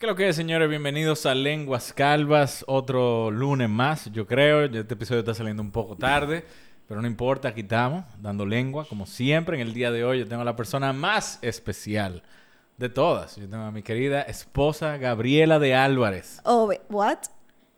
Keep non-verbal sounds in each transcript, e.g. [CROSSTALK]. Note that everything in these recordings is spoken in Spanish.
¿Qué lo que es, señores? Bienvenidos a Lenguas Calvas. Otro lunes más, yo creo. Ya Este episodio está saliendo un poco tarde, pero no importa, aquí estamos, dando lengua, como siempre. En el día de hoy yo tengo a la persona más especial de todas. Yo tengo a mi querida esposa Gabriela de Álvarez. Oh, wait, what?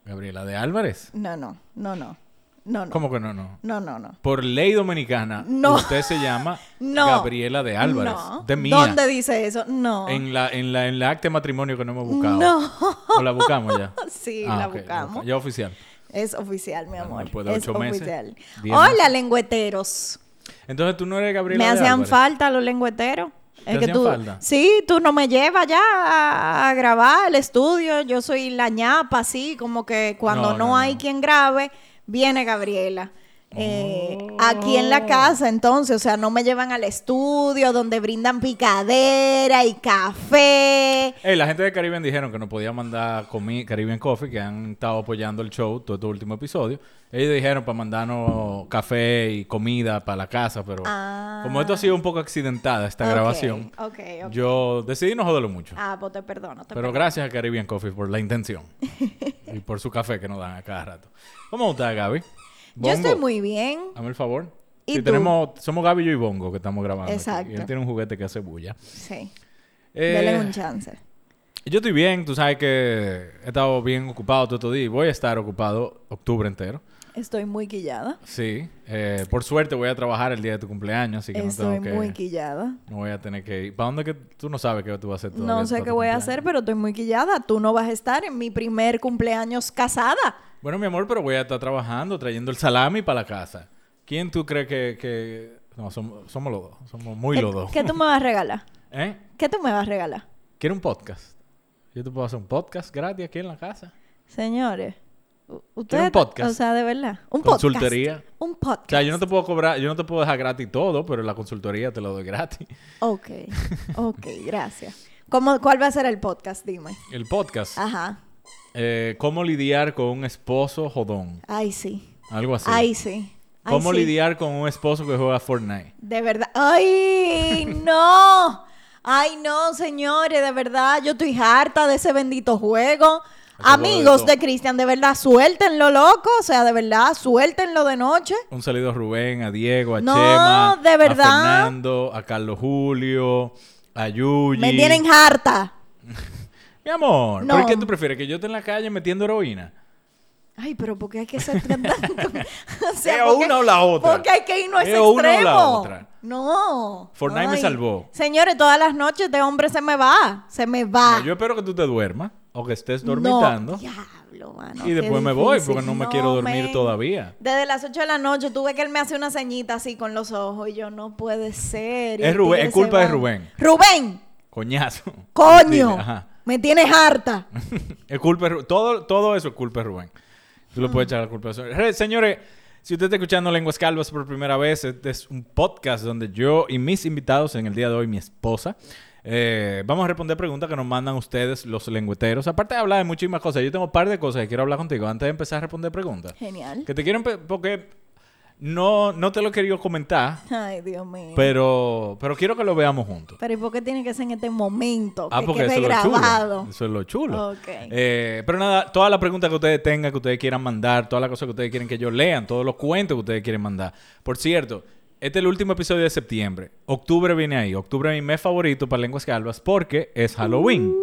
¿Gabriela de Álvarez? No, no, no, no. No, no. ¿Cómo que no, no? No, no, no. Por ley dominicana, No. usted se llama [LAUGHS] No. Gabriela de Álvarez. No. De mía. ¿Dónde dice eso? No. En la, en la, en la acta de matrimonio que no hemos buscado. No. ¿O la buscamos [LAUGHS] ya? Sí, Ah, la ok, buscamos. Ya oficial. Es oficial, mi amor. después de es ocho meses, oficial. diez Hola, meses. lengüeteros. Entonces tú no eres Gabriela Me de hacían Álvarez? falta los lengüeteros. ¿Te hacían tú, falta? sí, tú no me llevas ya a, a grabar el estudio. Yo soy la ñapa, así como que cuando No, no, no, hay no. quien grabe, viene Gabriela. Eh, Aquí en Oh. la casa, entonces, o sea, no me llevan al estudio donde brindan picadera y café. Ey, la gente de Caribbean dijeron que nos podía mandar comi Caribbean Coffee, que han estado apoyando el show todo este último episodio. Ellos dijeron para mandarnos café y comida para la casa, pero Ah. como esto ha sido un poco accidentada esta Ok, grabación, ok, ok. yo decidí no joderlo mucho. Ah, pues te perdono. Te pero perdono. gracias a Caribbean Coffee por la [LAUGHS] intención y por su café que nos dan a cada rato. ¿Cómo está, Gaby? Yo estoy Bongo, muy bien. Hazme el favor. ¿Y Sí, tú? tenemos, somos Gaby, yo y Bongo que estamos grabando. aquí. Exacto. Y él tiene un juguete que hace bulla. Sí. Eh, Dele un chance. Yo estoy bien, tú sabes que he estado bien ocupado todo el día y voy a estar ocupado octubre entero. Estoy muy quillada. Sí, eh, por suerte voy a trabajar el día de tu cumpleaños, así que Estoy no tengo que. muy quillada. No voy a tener que ir. ¿Para dónde que tú no sabes qué tú vas a hacer todavía No sé para qué tu voy a cumpleaños? hacer, pero estoy muy quillada. Tú no vas a estar en mi primer cumpleaños casada. Bueno, mi amor, pero voy a estar trabajando, trayendo el salami para la casa. ¿Quién tú crees que. que... No, somos, somos los dos. Somos muy ¿Qué, los dos. qué tú me vas a regalar? ¿Eh? ¿Qué tú me vas a regalar? ¿Quieres un podcast? Yo te puedo hacer un podcast gratis aquí en la casa. Señores, u- Tiene ustedes... un podcast. O sea, de verdad. Un Consultoría. podcast. Un O podcast. sea, yo no te puedo cobrar, yo no te puedo dejar gratis todo, pero la consultoría te lo doy gratis. [LAUGHS] Ok. Ok, gracias. ¿Cómo, ¿Cuál va a ser el podcast? Dime. El podcast. Ajá. Eh, ¿Cómo lidiar con un esposo jodón? Ay, sí. Algo así. Ay, sí. Ay, ¿Cómo sí. lidiar con un esposo que juega Fortnite? De verdad. ¡Ay, no! ¡Ay, no, señores! De verdad, yo estoy harta de ese bendito juego. Ese juego de Amigos todo. de Cristian, de verdad, suéltenlo, loco. O sea, de verdad, suéltenlo de noche. Un saludo a Rubén, a Diego, a No, Chema, de verdad. a Fernando, a Carlos Julio, a Yuyi. Me tienen harta. Mi amor, No. ¿por qué tú prefieres que yo esté en la calle metiendo heroína? Ay, pero ¿por qué hay que ser [LAUGHS] tan tanto? o Eh, o ¿por qué- una o la otra. Porque hay que irnos a ese Eh, o una extremo. o la otra. No. Fortnite me salvó. Señores, todas las noches de hombre se me va. Se me va. No, yo espero que tú te duermas o que estés Ah. No, dormitando. diablo, mano, y qué después me voy difícil. porque no me quiero dormir men. todavía. Desde las 8 de la noche tuve que él me hace una ceñita así con los ojos y yo no puede ser. Y Es el Rubén- tigre es culpa se de va. Rubén. Rubén, Coñazo. coño. Ajá. Me tienes harta. [LAUGHS] Es culpa de Ru- todo, todo eso es culpa de Rubén. Tú lo Mm. puedes echar la culpa a eso. Re- Señores, si usted está escuchando Lenguas Calvas por primera vez, este es un podcast donde yo y mis invitados, en el día de hoy mi esposa, eh, vamos a responder preguntas que nos mandan ustedes los lengüeteros. Aparte de hablar de muchísimas cosas, yo tengo un par de cosas que quiero hablar contigo antes de empezar a responder preguntas. Genial. Que te quiero empe- porque no, no te lo he querido comentar, Ay, Dios mío. Pero, pero, pero quiero que lo veamos juntos. ¿y por qué tiene que ser en este momento? Ah, que porque eso quede es lo grabado. chulo. Eso es lo chulo. Ok. Eh, pero nada, todas las preguntas que ustedes tengan, que ustedes quieran mandar, todas las cosas que ustedes quieren que yo lean, todos los cuentos que ustedes quieren mandar. Por cierto, este es el último episodio de septiembre. Octubre viene ahí. Octubre es mi mes favorito para Lenguas Calvas porque es Halloween.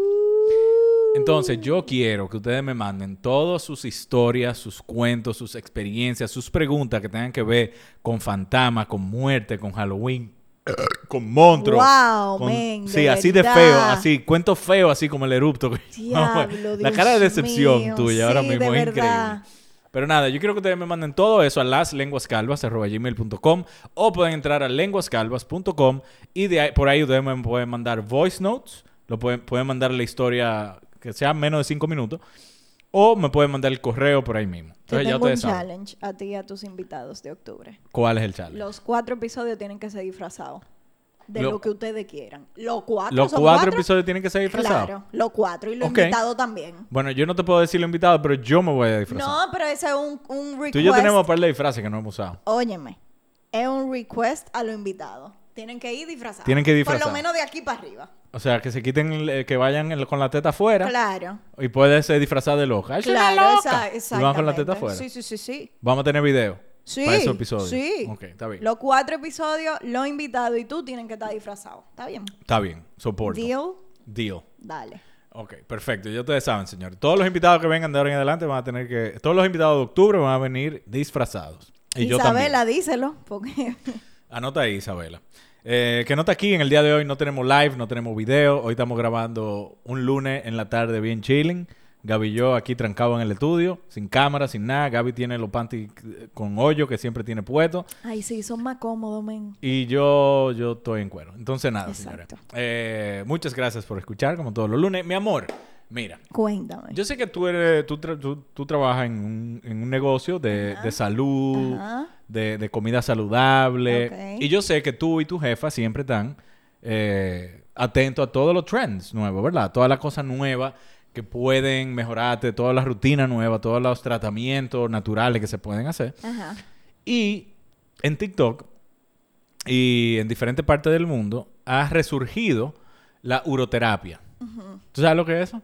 Entonces, yo quiero que ustedes me manden todas sus historias, sus cuentos, sus experiencias, sus preguntas que tengan que ver con fantasmas, con muerte, con Halloween, con monstruos. Wow, con- men, de Sí, así de feo, verdad. así, cuentos feos, así como el [LAUGHS] erupto. Diablo, La Dios cara de decepción mío. tuya ahora Sí, mismo de es verdad. increíble. Pero nada, yo quiero que ustedes me manden todo eso a laslenguascalvas.com o pueden entrar a lenguascalvas.com y de ahí- por ahí ustedes me pueden mandar voice notes, lo pueden, pueden mandar la historia que sea menos de cinco minutos o me pueden mandar el correo por ahí mismo. Te Entonces ya tengo un ustedes saben challenge a ti y a tus invitados de octubre. cuál es el challenge. Los cuatro episodios tienen que ser disfrazados de Lo- lo, que ustedes quieran. Los cuatro. Los ¿son cuatro, episodios tienen que ser disfrazados. Claro, los cuatro y los Ok. invitados también. Bueno, yo no te puedo decir lo invitado, pero yo me voy a disfrazar. No, pero ese es un, un request. Tú y yo tenemos un par de disfraces que no hemos usado. Óyeme, es un request a los invitados. Tienen que ir disfrazados. Tienen que Por disfrazados. lo menos de aquí para arriba. O sea, que se quiten, el- eh, que vayan el- con la teta afuera. Claro. Y puede ser disfrazada de loca. ¡Es una Claro, loca! esa- Y van con la teta exactamente. afuera. Sí, sí, sí, sí. Vamos a tener video. Sí. Para esos episodios. Sí. Ok, está bien. Los cuatro episodios, los invitados y tú tienen que estar disfrazados. ¿Está bien? Está bien. Soporto. Deal, Deal. dale. Ok, perfecto. Ya ustedes saben, señores. Todos los invitados que vengan de ahora en adelante van a tener que... Todos los invitados de octubre van a venir disfrazados. Y yo también. Isabela, díselo, porque [LAUGHS] Anota ahí, Isabela. Eh, que nota aquí, en el día de hoy no tenemos live, no tenemos video. Hoy estamos grabando un lunes en la tarde bien chilling. Gaby y yo aquí trancado en el estudio, sin cámara, sin nada. Gaby tiene los panties eh, con hoyo que siempre tiene puesto. ay sí, son más cómodos, men. Y yo, yo estoy en cuero. Entonces nada, señores. Exacto. Eh, muchas gracias por escuchar, como todos los lunes. Mi amor, mira. Cuéntame. Yo sé que tú, eres, tú, tra- tú- tú trabajas en un, en un negocio de, de salud, Ajá. de, de comida saludable. Ok. Y yo sé que tú y tu jefa siempre están eh, atentos a todos los trends nuevos, ¿verdad? Todas las cosas nuevas que pueden mejorarte, todas las rutinas nuevas, todos los tratamientos naturales que se pueden hacer. Ajá. Y en TikTok y en diferentes partes del mundo ha resurgido la uroterapia. ¿Tú sabes lo que es eso?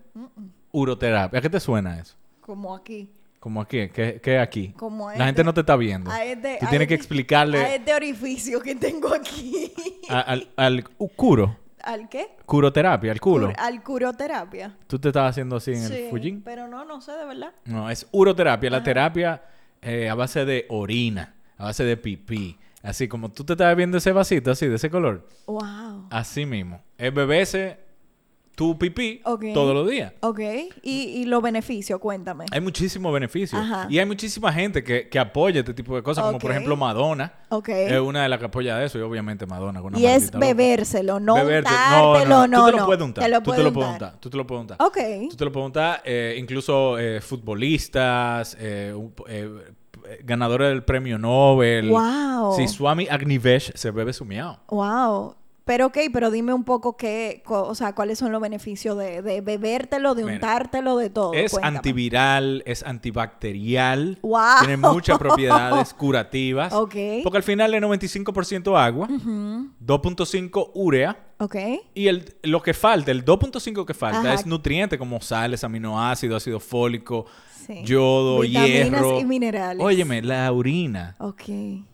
Uroterapia. ¿A qué te suena eso? Como aquí. Como aquí, ¿qué, qué aquí? Como La este. gente no te está viendo. A este, Tú a tienes que este- A explicarle este orificio que tengo aquí. [LAUGHS] a- al, al u- curo, ¿Al qué? curoterapia, al culo. Cur- al curoterapia. Tú te estabas haciendo así en Sí, el Fujin. Pero no, no sé, de verdad. No, es uroterapia, la terapia eh, a base de orina, a base de pipí. Así como tú te estás viendo ese vasito así, de ese color. Wow. Así mismo. Es beberse tu pipí Ok. todos los días. Ok. Y, y los beneficios, cuéntame. Hay muchísimos beneficios. Ajá. Y hay muchísima gente que, que apoya este tipo de cosas, como por Ok. ejemplo Madonna. Ok. Es una de las que apoya eso, y obviamente Madonna. con una Y es maldita loca. bebérselo, no Beberte- untártelo, no, no. Tú te lo puedes untar. Te lo tú te puedes lo puedes untar. untar. Tú te lo puedes untar. Ok. Tú te lo puedes untar. eh, incluso eh, futbolistas, eh, un- eh, ganadores del premio Nobel. Wow. Si Swami Agnivesh se bebe su miau. Wow. Pero ok, pero dime un poco qué, co- o sea, cuáles son los beneficios de, de bebértelo, de Mira, untártelo, de todo. Es Cuéntame. antiviral, es antibacterial. ¡Guau! Tiene muchas [LAUGHS] propiedades curativas. Ok. Porque al final es 95% agua, 2.5 urea. Ok. Y el, lo que falta, el 2.5 que falta Ajá. es nutrientes como sales, aminoácidos, ácido fólico, Sí. yodo, Vitaminas hierro. y minerales. Óyeme, la orina Ok.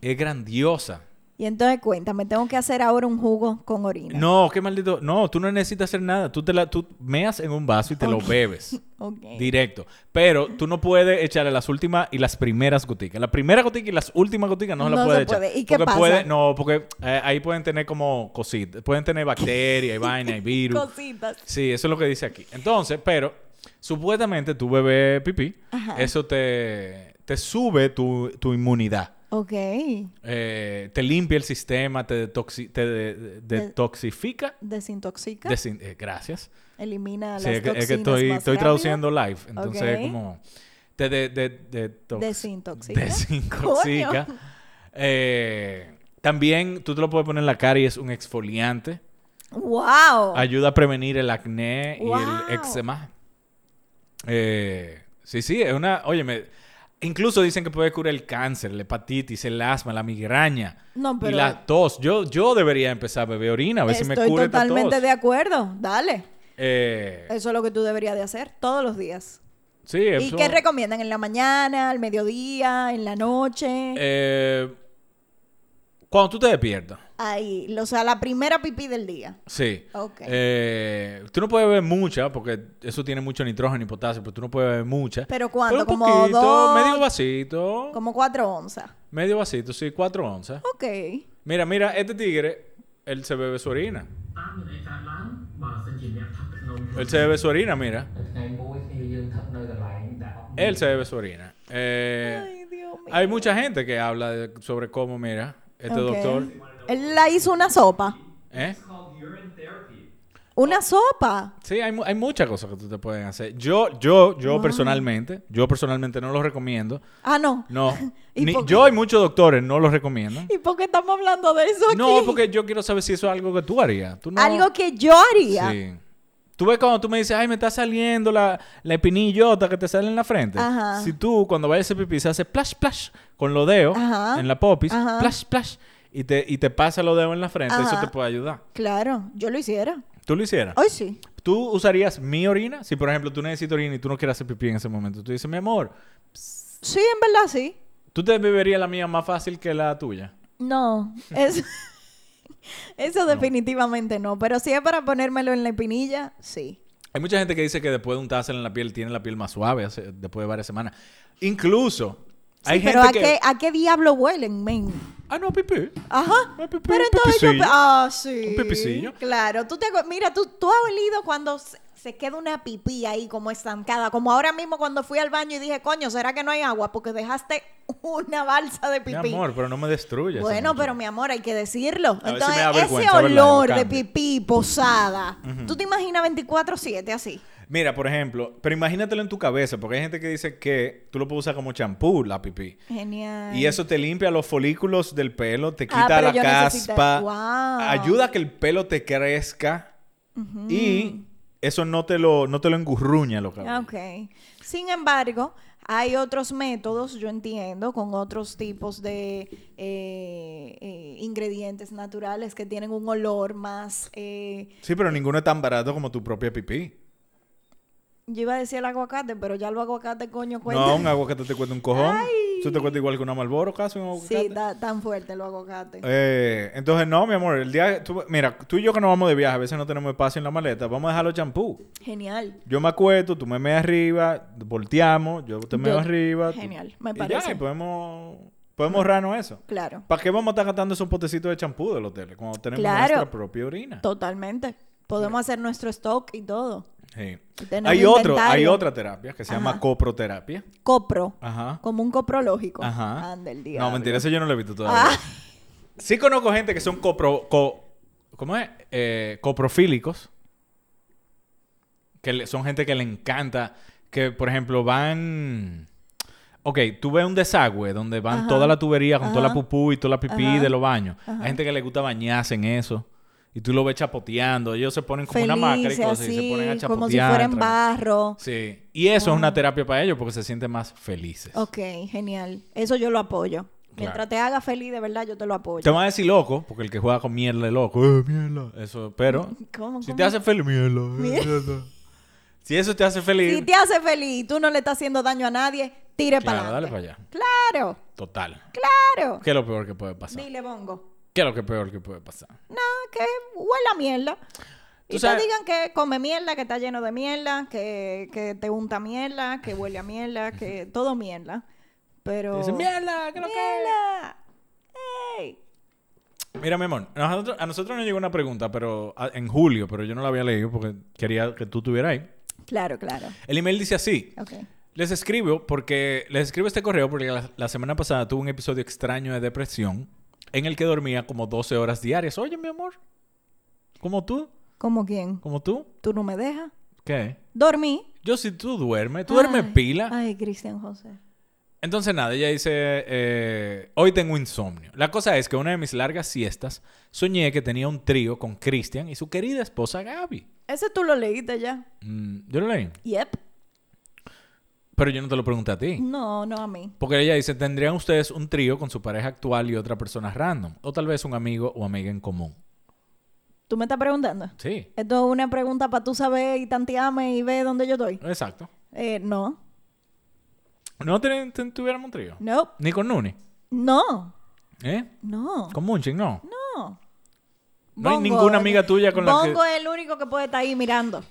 es grandiosa. Y entonces cuéntame, tengo que hacer ahora un jugo con orina. No, qué maldito. No, tú no necesitas hacer nada. Tú te la, tú meas en un vaso y te lo bebes. [LAUGHS] Ok. Directo. Pero tú no puedes echarle las últimas y las primeras goticas. La primera gotica y las últimas goticas no, se No las puedes se echar. puede. ¿Y qué Porque pasa? puede- no, porque eh, ahí pueden tener como cositas. Pueden [LAUGHS] tener bacterias y vaina y virus. Cositas. Sí, eso es lo que dice aquí. Entonces, pero supuestamente tú bebes pipí, Ajá. eso te, te sube tu, tu inmunidad. Ok. Eh, te limpia el sistema, te, detoxi- te de- de- detoxifica. Desintoxica. Desin- eh, gracias. elimina las Sí, es que, es que toxinas estoy, más estoy rápido. traduciendo live. Entonces, Ok. como. Te de, de- detox- Desintoxica. desintoxica. [LAUGHS] Coño. Eh, también tú te lo puedes poner en la cara y es un exfoliante. ¡Wow! Ayuda a prevenir el acné Oh. Wow. y el eczema. Eh, sí, sí, es una. Óyeme, incluso dicen que puede curar el cáncer, la hepatitis, el asma, la migraña No, y pero- la tos. Yo, yo debería empezar a beber orina, a ver si me Estoy cura esta totalmente tos. de acuerdo. Dale. Eh, Eso es lo que tú deberías de hacer todos los días. sí, ¿Y eso- qué recomiendan? ¿En la mañana, al mediodía, en la noche? Eh, cuando tú te despiertas, ahí. lo- O sea, la primera pipí del día. Sí. Ok. Eh, tú no puedes beber mucha porque eso tiene mucho nitrógeno y potasio, pero tú no puedes beber mucha. ¿Pero cuánto? un ¿Como poquito, dos? medio vasito. Como cuatro onzas. Medio vasito, sí, cuatro onzas. Ok. Mira, mira, este tigre, él se bebe su orina. តាមនៅឯកើតឡើងបើសិនជាអ្នកថឹកក្នុង Él se bebe su orina, mira. ថ្ងៃមួយគឺយើងថឹកនៅកន្លែងដែលអត់ Él se bebe su orina. Eh, Ay, Dios mío. hay mucha gente que habla de- sobre cómo, mira, este Ok. doctor. Él la hizo una sopa. ¿eh? Una sopa. Sí, hay, mu- hay muchas cosas que tú te pueden hacer. Yo, yo, yo personalmente, yo personalmente no lo recomiendo. Ah, no. No. [LAUGHS] ¿Y Ni- por qué? yo y muchos doctores no lo recomiendan. ¿Y por qué estamos hablando de eso aquí? No, porque yo quiero saber si eso es algo que tú harías. Tú no- Algo que yo haría. Sí. Tú ves cuando tú me dices, ay, me está saliendo la, la espinillota que te sale en la frente. Ajá. Si tú, cuando vayas a hacer pipí, se hace plash, plash con los dedos Ajá. en la popis, Ajá. plash, plash, y te, y te pasa los dedos en la frente, eso Ajá. te puede ayudar. Claro, yo lo hiciera. ¿Tú lo hicieras? Hoy sí. ¿Tú usarías mi orina? Si, por ejemplo, tú necesitas orina y tú no quieres hacer pipí en ese momento, tú dices, mi amor, Sí, en verdad sí. ¿tú te beberías la mía más fácil que la tuya? No, eso, eso definitivamente no. Pero si es para ponérmelo en la espinilla, sí. Hay mucha gente que dice que después de un taser en la piel tiene la piel más suave hace- después de varias semanas. Incluso, Sí, hay pero gente ¿a, que... qué, ¿a qué diablo huelen, men? Ah, no, pipí. Ajá. Un pipi- pero un entonces yo... pipicillo. Ah, sí. Un pipicillo. Claro. Tú te, acu- mira, tú, tú has olido cuando se, se queda una pipí ahí como estancada. Como ahora mismo cuando fui al baño y dije, coño, ¿será que no hay agua? Porque dejaste [LAUGHS] una balsa de Mi pipí. amor, pero no me destruyas. Bueno, Sancho. pero mi amor, hay que decirlo. A ver si me da Entonces, ese vergüenza, ¿verdad? olor No de cambie. pipí posada. ¿Tú te imaginas 24-7 así? Mira, por ejemplo, pero imagínatelo en tu cabeza, porque hay gente que dice que tú lo puedes usar como champú, la pipí. Genial. Y eso te limpia los folículos del pelo, te Ah, quita pero la yo necesito- caspa, Wow. ayuda a que el pelo te crezca y eso no te lo, no te lo engurruña, lo que Ok. Sin embargo, hay otros métodos, yo entiendo, con otros tipos de eh, eh, ingredientes naturales que tienen un olor más... eh, Sí, pero ninguno es tan barato como tu propia pipí. yo iba a decir el aguacate, pero ya el aguacate, coño, cuenta. No, un aguacate te cuesta un cojón. Eso te cuesta igual que una Malboro, casi un aguacate. [LAUGHS] Sí, da- tan fuerte el aguacate. Eh, entonces, no, mi amor. El día... tú- mira, tú y yo que nos vamos de viaje, a veces no tenemos espacio en la maleta. Vamos a dejar los champú. Genial. Yo me acuesto, tú me meas arriba, volteamos, yo te meo Yo- arriba. tú- genial, me y ya, parece. y podemos, podemos ahorrarnos eso. Claro. ¿Para qué vamos a estar gastando esos potecitos de champú del hotel cuando tenemos Claro. nuestra propia orina? Totalmente. Podemos hacer nuestro stock y todo. Sí. Y tenemos Hay, otro, inventario. hay otra terapia que se llama coproterapia. Copro. Ajá. Como un coprológico. Ajá. Anda el No, diablo. mentira, eso yo no lo he visto todavía. Ah, Sí conozco gente que son copro, co- ¿cómo es? Eh, coprofílicos. Que le- son gente que le encanta. Que, por ejemplo, van... Ok, tú ves un desagüe donde van toda la tubería con toda la pupú y toda la pipí de los baños. Hay gente que le gusta bañarse en eso. Y tú lo ves chapoteando. Ellos se ponen como una máscara y felices cosas y se ponen a así, chapotear. como si fuera en tra- barro. Sí. Y eso es una terapia para ellos porque se sienten más felices. Ok, genial. Eso yo lo apoyo. Mientras te haga feliz, de verdad, Pues yo te lo apoyo. Te van a decir loco, porque el que juega con mierda es loco. Eh, mierda. Eso, pero. ¿Cómo, Si cómo? te hace feliz, mierda. eh, mierda. Si eso te hace feliz. Si te hace feliz y tú no le estás haciendo daño a nadie, tire claro, para dale para adelante. allá. Claro, Total. claro. ¿Qué es lo peor que puede pasar? Dile, Bongo. ¿Qué es lo que peor que puede pasar? Nada, que huela a mierda. Tú Y sabes- te digan que come mierda, que está lleno de mierda, que, que te unta mierda, que huele a mierda, que todo mierda. Pero... Te dicen, mierda, ¿qué es lo que es?" ¡Mierda! ¡Ey! Mira, mi amor, a nosotros, a nosotros nos llegó una pregunta pero a- en julio, pero yo no la había leído porque quería que tú estuvieras ahí. Claro, claro. El email dice así. Ok. Les escribo porque les escribo este correo porque la, la semana pasada tuve un episodio extraño de depresión en el que dormía como 12 horas diarias. Oye, mi amor. Como tú, ¿Cómo quién? como tú. ¿Tú no me dejas? ¿Qué? Dormí. Yo si tú duermes, tú duermes Ay, pila. Ay, Cristian José. Entonces nada, ella dice, eh, hoy tengo insomnio. La cosa es que una de mis largas siestas soñé que tenía un trío con Christian y su querida esposa Gaby. Ese tú lo leíste ya. Mm, yo lo leí, Yep. pero yo no te lo pregunté a ti. No, no a mí. Porque ella dice, tendrían ustedes un trío con su pareja actual y otra persona random. O tal vez un amigo o amiga en común. ¿Tú me estás preguntando? Sí, Esto es una pregunta para tú saber y tantearme y ver dónde yo estoy. exacto. Eh, no. ¿No ten- ten- tuviéramos un trío? No. Ni con Nuni. No. ¿Eh? No. Con Munchin, no. No. No hay ninguna amiga tuya con la que- Bongo es el único que puede estar ahí mirando.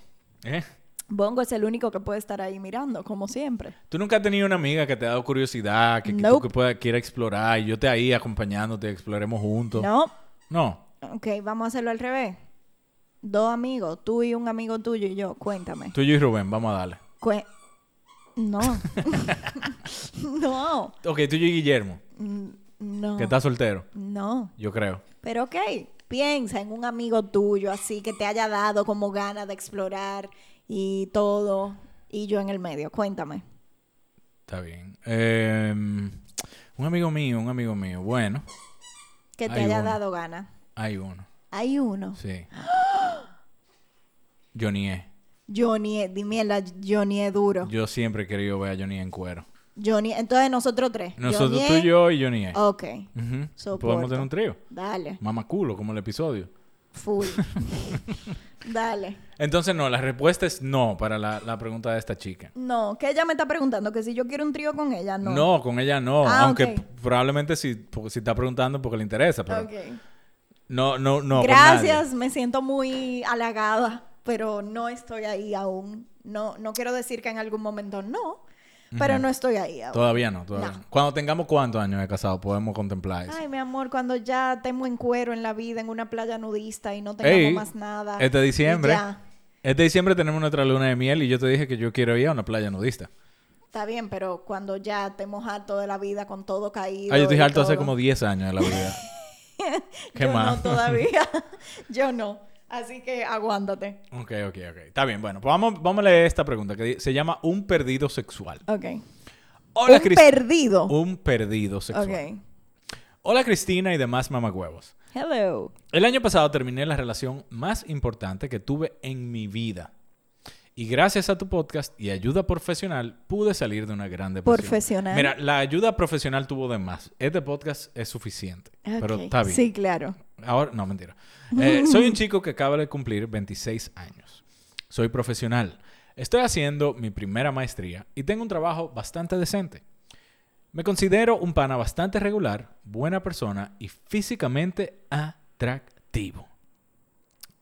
¿Eh? Bongo es el único que puede estar ahí mirando, como siempre. ¿Tú nunca has tenido una amiga que te ha dado curiosidad, que, que tú Nope. que pueda, quiera explorar y yo te ahí acompañándote, exploremos juntos? No. No. Ok, vamos a hacerlo al revés. Dos amigos, tú y un amigo tuyo y yo, cuéntame. Tú, yo y Rubén, vamos a darle. Cué- no. [LAUGHS] no. Ok, tú, yo y Guillermo, No. que está soltero, No. yo creo. Pero ok, piensa en un amigo tuyo así que te haya dado como ganas de explorar y todo. Y yo en el medio, cuéntame. Está bien. Eh, un amigo mío, un amigo mío. Bueno, Que te Hay haya uno. dado ganas. hay uno. Hay uno. [GASPS] Sí. Johnny E. Johnny, es- di mierda, Johnny es duro. Yo siempre he querido ver a Johnny E en cuero. Johnny, entonces nosotros tres. Nosotros, Johnny Oh, tú, es- yo y Johnny E. Ok, Ujú. Soporto. Podemos tener un trío. dale, Mamaculo, como el episodio. [LAUGHS] full. [LAUGHS] dale. Entonces, no, la respuesta es no para la, la pregunta de esta chica. No, que ella me está preguntando que si yo quiero un trío con ella, no. No, con ella no. Ah, aunque ok. p- probablemente si, porque si está preguntando porque le interesa. Pero Ok. No, no, no. con Gracias, me siento muy halagada, pero no estoy ahí aún. No, no quiero decir que en algún momento no, pero no estoy ahí nadie. aún. Todavía no, todavía No. no. Cuando tengamos cuántos años de casado podemos contemplar eso. Ay, mi amor, cuando ya temo en cuero en la vida, en una playa nudista y no tengamos Ey, más nada. Este y diciembre. ya. Este diciembre tenemos nuestra luna de miel y yo te dije que yo quiero ir a una playa nudista. Está bien, pero cuando ya estemos harto de la vida con todo caído. Ah, yo y estoy harto hace todo. como 10 años de la [LAUGHS] vida. ¿Qué Yo más? no todavía. [LAUGHS] [LAUGHS] yo no. Así que aguántate. ok, ok, ok. Está bien, bueno. Pues vamos, vamos a leer esta pregunta que di- se llama Un perdido sexual. Ok. Hola, Un Cris- perdido. Un perdido sexual. ok. Hola, Cristina y demás mamagüevos. Hello. El año pasado terminé la relación más importante que tuve en mi vida. Y gracias a tu podcast y ayuda profesional pude salir de una gran depresión. Profesional. Mira, la ayuda profesional tuvo de más. Este podcast es suficiente. Pero Ok. está bien. Sí, claro. Ahora, no, mentira. Eh, soy un chico que acaba de cumplir 26 años. Soy profesional. Estoy haciendo mi primera maestría y tengo un trabajo bastante decente. Me considero un pana bastante regular, buena persona y físicamente atractivo.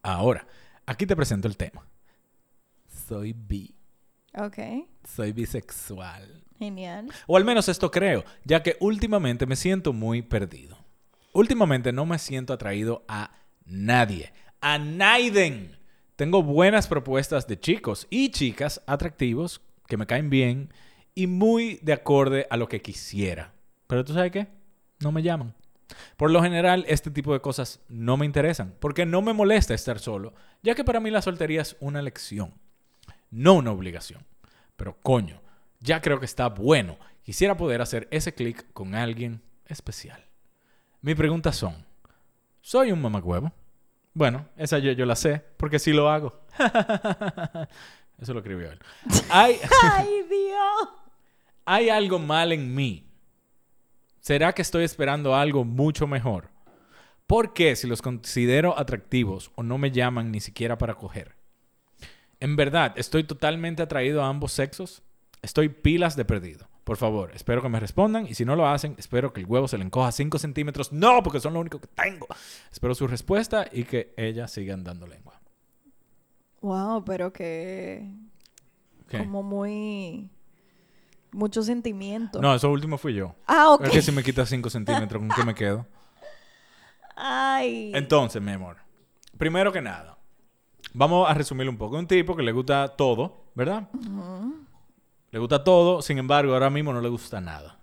Ahora, aquí te presento el tema. Soy bi. Ok. Soy bisexual. Genial. O al menos esto creo, ya que últimamente me siento muy perdido. Últimamente no me siento atraído a nadie. A Naiden. Tengo buenas propuestas de chicos y chicas atractivos que me caen bien y muy de acorde a lo que quisiera. Pero tú sabes qué? No me llaman. Por lo general, este tipo de cosas no me interesan, porque no me molesta estar solo, ya que para mí la soltería es una elección no una obligación. Pero coño, ya creo que está bueno. Quisiera poder hacer ese clic con alguien especial. Mis preguntas son, ¿soy un mamagüevo? Bueno, esa yo, yo la sé, porque sí lo hago. [LAUGHS] Eso lo escribió él. Hay, ¡Ay, Dios! hay algo mal en mí. ¿Será que estoy esperando algo mucho mejor? ¿Por qué si los considero atractivos o no me llaman ni siquiera para coger? En verdad, estoy totalmente atraído a ambos sexos. Estoy pilas de perdido. Por favor, espero que me respondan y si no lo hacen, espero que el huevo se le encoja 5 centímetros. No, porque son lo único que tengo. Espero su respuesta y que ellas sigan dando lengua. Wow, pero que. ¿Qué? Como muy. Mucho sentimiento. No, eso último fui yo. Ah, ok. Es que si me quitas 5 centímetros, ¿con qué me quedo? Ay. Entonces, mi amor, primero que nada, vamos a resumirlo un poco. Un tipo que le gusta todo, ¿verdad? Le gusta todo, sin embargo, ahora mismo no le gusta nada.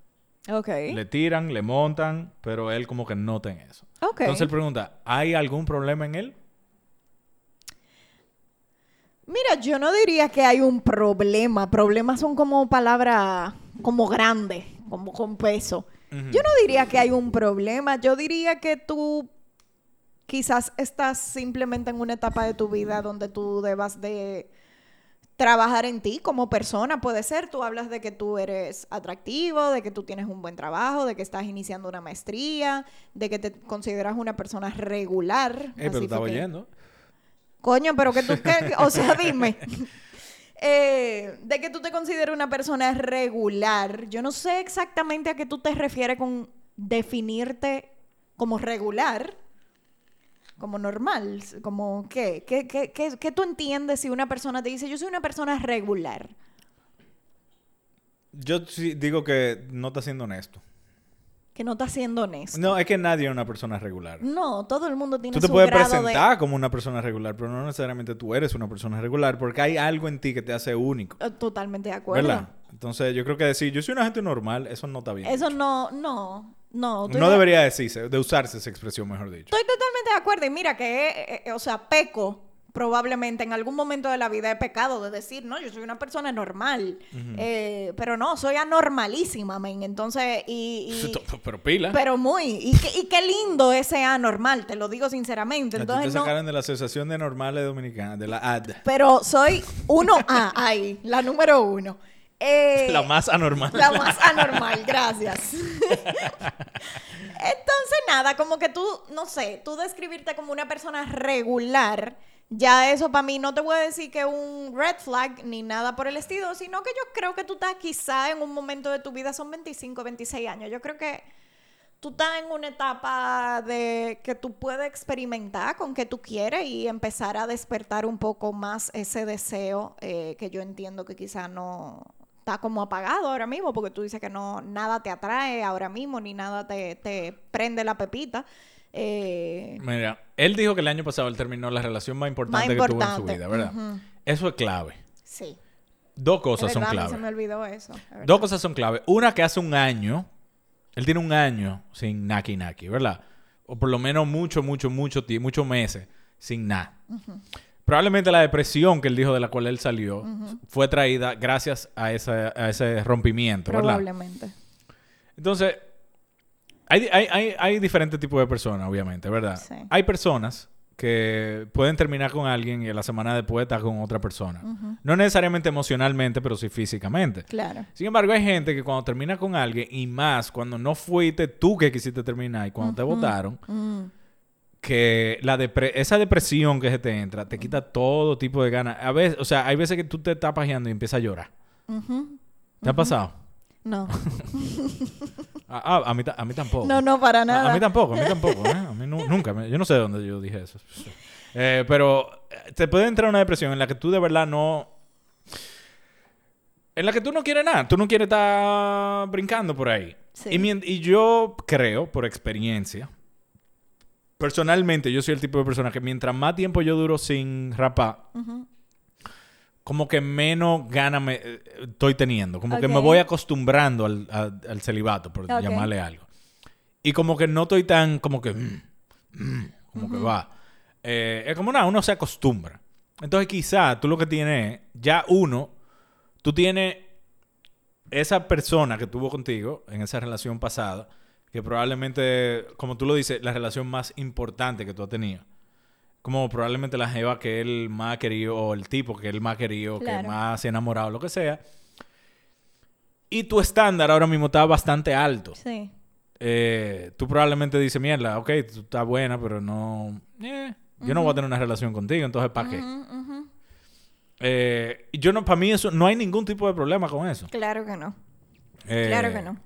ok. Le tiran, le montan, pero él como que nota en eso. Ok. Entonces él pregunta, ¿hay algún problema en él? Mira, yo no diría que hay un problema. Problemas son como palabras como grandes, como con peso. Yo no diría que hay un problema. Yo diría que tú quizás estás simplemente en una etapa de tu vida donde tú debas de trabajar en ti como persona. Puede ser, tú hablas de que tú eres atractivo, de que tú tienes un buen trabajo, de que estás iniciando una maestría, de que te consideras una persona regular. Eh, pero Así estaba fue que- oyendo. Coño, pero que tú, que- o [LAUGHS] sea, dime. Eh, de que tú te consideres una persona regular. Yo no sé exactamente a qué tú te refieres con definirte como regular. como normal, como ¿qué? ¿Qué, qué, qué, qué tú entiendes si una persona te dice, yo soy una persona regular? Yo sí digo que no está siendo honesto. Que no está siendo honesto. No, es que nadie es una persona regular. No, todo el mundo tiene Tú te su puedes grado presentar como una persona regular, pero no necesariamente tú eres una persona regular, porque hay algo en ti que te hace único, de... Eh, Totalmente de acuerdo. ¿verdad? Entonces yo creo que decir, yo soy una gente normal, eso no está bien. Eso no, no, no. tú no ya- debería decirse, de usarse esa expresión, mejor dicho. Estoy totalmente de acuerdo. Y mira que, eh, eh, o sea, peco probablemente en algún momento de la vida he pecado de decir, no, yo soy una persona normal. Eh, pero no, soy anormalísima, men. Entonces, y... y- [LAUGHS] Pero pila. pero muy. Y, qué- y qué lindo ese anormal, te lo digo sinceramente. A ti Entonces, te no, sacaron de la Asociación de Normales Dominicanas, de la AD. pero soy uno a ahí, la [LAUGHS] número uno. Eh, la más anormal. La más anormal, gracias. Entonces, nada, como que tú, no sé, tú describirte como una persona regular, ya eso para mí no te voy a decir que un red flag ni nada por el estilo, sino que yo creo que tú estás quizá en un momento de tu vida, son 25, 26 años, yo creo que tú estás en una etapa de que tú puedes experimentar con que tú quieres y empezar a despertar un poco más ese deseo eh, que yo entiendo que quizá no está como apagado ahora mismo porque tú dices que no nada te atrae ahora mismo ni nada te, te prende la pepita Eh, [LAUGHS] Mira, él dijo que el año pasado él terminó la relación más importante, Más que tuvo en su importante. vida, ¿verdad? Ujú. Eso es clave. sí Dos Es cosas son verdad, a mí clave. se me olvidó eso es verdad. Dos cosas son clave. Una que hace un año, él tiene un año sin Naki Naki, ¿verdad? O por lo menos mucho, mucho, mucho tiempo, muchos meses sin nada. Probablemente la depresión que él dijo de la cual él salió fue traída gracias a, esa- a ese rompimiento, ¿verdad? probablemente Entonces, hay, hay- hay- hay diferentes tipos de personas, obviamente, ¿verdad? Sí. Hay personas que pueden terminar con alguien y a la semana después estar con otra persona. No necesariamente emocionalmente, pero sí físicamente. claro Sin embargo, hay gente que cuando termina con alguien, y más cuando no fuiste tú que quisiste terminar y cuando te votaron, Mm. que la depre- esa depresión que se te entra te quita todo tipo de ganas. A veces, o sea, hay veces que tú te estás pajeando y empiezas a llorar. Ujú. ¿Te ha pasado? [LAUGHS] no A, a- a mí, ta- a mí tampoco. no no para A- nada A mí tampoco, [LAUGHS] a mí tampoco. ¿eh? A mí nu- nunca. me- yo no sé de dónde yo dije eso. Eh, pero eh, te puede entrar una depresión en la que tú de verdad no... En la que tú no quieres nada. Tú no quieres estar brincando por ahí. Sí. Y, mien- y yo creo, por experiencia, personalmente yo soy el tipo de persona que mientras más tiempo yo duro sin rapar, Ujú. como que menos gana me, eh, estoy teniendo. Como que me Ok. voy acostumbrando al, a- al celibato, por Ok. llamarle algo. Y como que no estoy tan, como que, mm, mm, como que va. Eh, es como nada, uno se acostumbra. Entonces quizá tú lo que tienes, es, ya uno, tú tienes esa persona que tuvo contigo en esa relación pasada, que probablemente, como tú lo dices, la relación más importante que tú has tenido. Como probablemente la jeva que él más ha querido, o el tipo que él más ha querido, que Claro. más se ha enamorado, lo que sea. Y tu estándar ahora mismo está bastante alto. sí Eh, tú probablemente dices, mierda, ok, tú estás buena, pero no... eh, yo no voy a tener una relación contigo, entonces ¿para qué? Ujú, Mm, ujú. Eh, y yo no, para mí eso, no hay ningún tipo de problema con eso. claro que no Eh, claro que no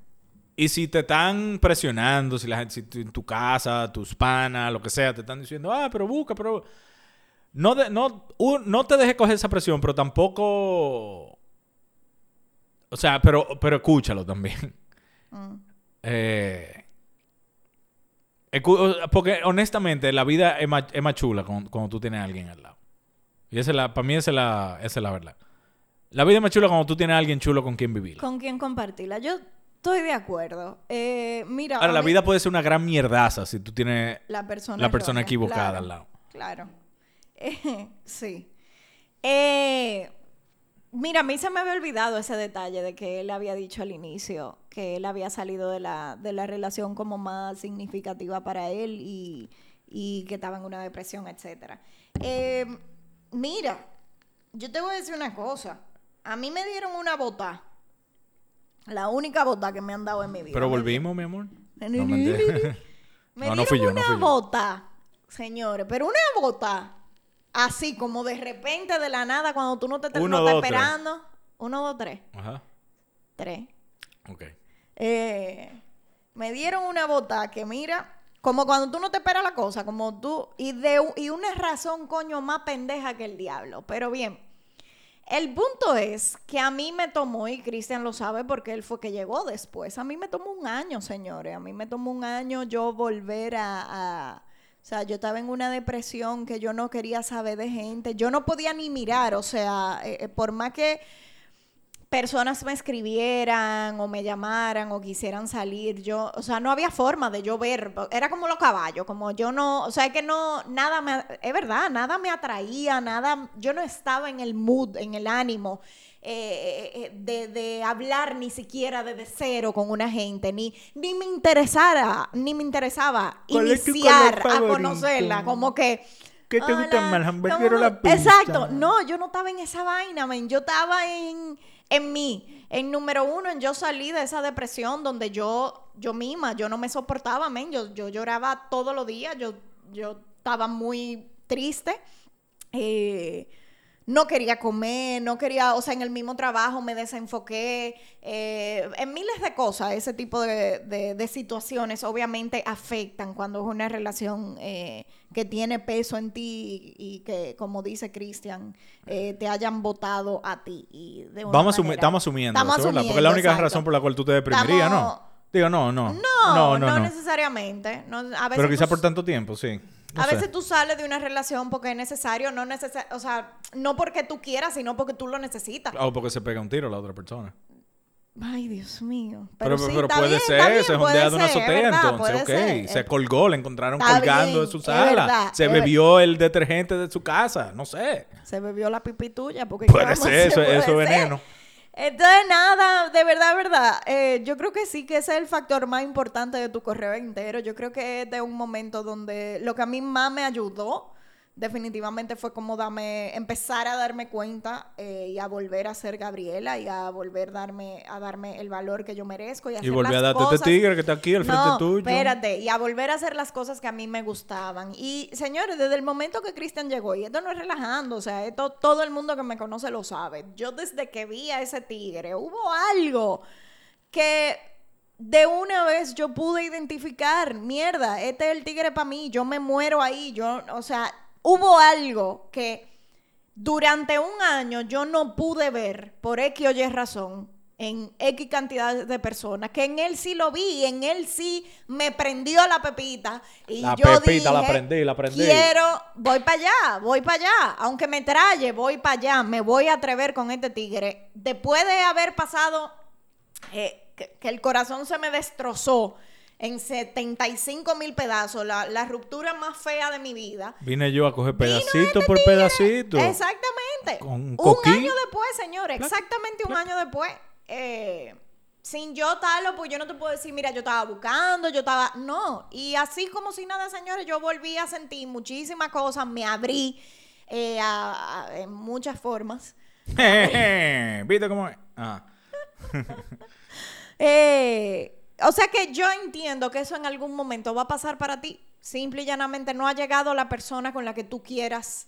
Y si te están presionando, si, la, gente- si tu, en tu casa, tus panas, lo que sea, te están diciendo, ah, pero busca, pero... No, de- no, un- no te dejes coger esa presión, pero tampoco... O sea, pero, pero escúchalo también. Mm. Eh, escu- o- porque honestamente la vida es más, es más chula con- cuando, tú tienes a alguien al lado. Y esa es la, para mí esa es la, esa es la verdad. La vida es más chula cuando tú tienes a alguien chulo con quien vivir. ¿Con quién compartirla? Yo estoy de acuerdo. Eh, mira, Ahora, la honest- vida puede ser una gran mierdaza si tú tienes la persona, la persona errónea, equivocada claro, al lado. Claro. Eh, [LAUGHS] sí. Eh, mira, a mí se me había olvidado ese detalle de que él había dicho al inicio que él había salido de la, de la relación como más significativa para él y, y que estaba en una depresión, etc. mira, yo te voy a decir una cosa. A mí me dieron una bota. La única bota que me han dado en mi vida. Pero Me volvimos, mi amor. No, me mentira. [LAUGHS] No, dieron no fui yo, no una fui yo. bota, señores, pero una bota así como de repente de la nada cuando tú no te te- Uno, no estás dos, tres. esperando. Uno, dos, tres. Ajá. Tres. Ok. Eh, me dieron una bota que mira, Como cuando tú no te esperas la cosa, como tú. Y, de, u- y una razón, coño, más pendeja que el diablo. Pero bien. El punto es que a mí me tomó, y Cristian lo sabe porque él fue que llegó después, a mí me tomó un año, señores, a mí me tomó un año yo volver a, a- O sea, yo estaba en una depresión que yo no quería saber de gente, yo no podía ni mirar, o sea, eh, eh, por más que personas me escribieran o me llamaran o quisieran salir, yo, o sea, no había forma de yo ver, era como los caballos, como yo no, o sea, es que no, nada me, es verdad, nada me atraía, nada, yo no estaba en el mood, en el ánimo eh, eh, eh, de, de hablar ni siquiera desde cero con una gente, ni, ni me interesara, ni me interesaba ¿Cuál es tu color iniciar a favorito? conocerla, como que... ¿Qué te gusta Hola, más, el hamburguero o ¿cómo la no? pizza? Exacto. No, yo no estaba en esa vaina, men. Yo estaba en, en mí. En número uno, en yo salí de esa depresión donde yo, yo misma, yo no me soportaba, men. Yo, yo lloraba todos los días. Yo, yo estaba muy triste. Eh, no quería comer, no quería, o sea, en el mismo trabajo me desenfoqué, eh, en miles de cosas, ese tipo de, de- de situaciones obviamente afectan cuando es una relación eh, que tiene peso en ti y, y que, como dice Cristian, eh, te hayan votado a ti. y de una Vamos asumi- manera- estamos asumiendo, Estamos eso, ¿verdad? Porque es la única asumiendo, razón por exacto. la cual tú te deprimirías, Estamos- ¿no? Digo, no, no. No, no, necesariamente. No, a veces Pero tú quizá por tanto tiempo, sí. No a sé. veces tú sales de una relación porque es necesario, no necesa- o sea, no porque tú quieras, sino porque tú lo necesitas. Ah, O porque se pega un tiro a la otra persona. Ay, Dios mío. Pero, sí, pero está puede bien, ser, está bien, se puede jondea de una ser, es azotea, verdad, entonces, ok. puede ser, Se es- colgando, la encontraron Está colgando bien, de su es sala. verdad, se es ver- bebió el detergente de su casa, no sé. se bebió la pipi tuya porque Puede ¿qué vamos a ser, eso- hacer? eso Puede ser. veneno. Entonces, nada, de verdad, verdad. eh, yo creo que sí que ese es el factor más importante de tu correo entero. Yo creo que es de un momento donde lo que a mí más me ayudó definitivamente fue como dame, empezar a darme cuenta eh, y a volver a ser Gabriela y a volver darme, a darme el valor que yo merezco y, hacer volví a las darte este cosas- tigre que está aquí al frente no, tuyo. espérate, y a volver a hacer las cosas que a mí me gustaban. Y señores, desde el momento que Cristian llegó, y esto no es relajando, o sea, esto todo el mundo que me conoce lo sabe. Yo desde que vi a ese tigre, hubo algo que de una vez yo pude identificar, mierda, este es el tigre para mí, yo me muero ahí, yo, o sea, hubo algo que durante un año yo no pude ver por X o Y razón en X cantidad de personas, que en él sí lo vi, en él sí me prendió la pepita. Y La yo pepita, la dije, prendí, la prendí. Quiero, voy para allá, voy para allá, aunque me traye, voy para allá, me voy a atrever con este tigre. Después de haber pasado eh, que, que el corazón se me destrozó en 75 mil pedazos, la, la ruptura más fea de mi vida. Vine yo a coger Vino pedacito este por tigre. pedacito. Exactamente. Con un un coquín. año después, señores, exactamente un año después. eh, sin yo estarlo, pues yo no te puedo decir, mira, yo estaba buscando, yo estaba. No. Y así como si nada, señores, yo volví a sentir muchísimas cosas, me abrí eh, a- a- en muchas formas. [LAUGHS] ¿Viste cómo es? Ah. Eh, o sea que yo entiendo que eso en algún momento va a pasar para ti. Simple y llanamente no ha llegado la persona con la que tú quieras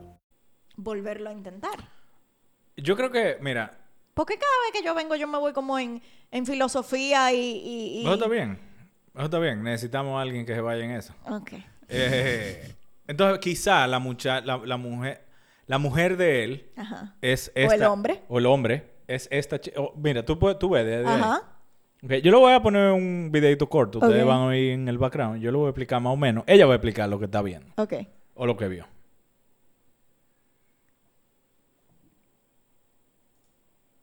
volverlo a intentar. Yo creo que, mira, Porque cada vez que yo vengo, yo me voy como en, en filosofía y. y, y- eso está bien. Eso está bien. Necesitamos a alguien que se vaya en eso. [LAUGHS] Ok. Eh, entonces, quizá la, mucha, la, la mujer la mujer de él Ajá. es Ah. el esta. hombre. O el hombre. Es esta chi- o- mira, tú, puedes- tú ves de- de ahí. Ajá. Ok, Yo le voy a poner un videito corto. Ustedes Ok. van a oír en el background. Yo le voy a explicar más o menos. Ella va a explicar lo que está viendo Ok. o lo que vio.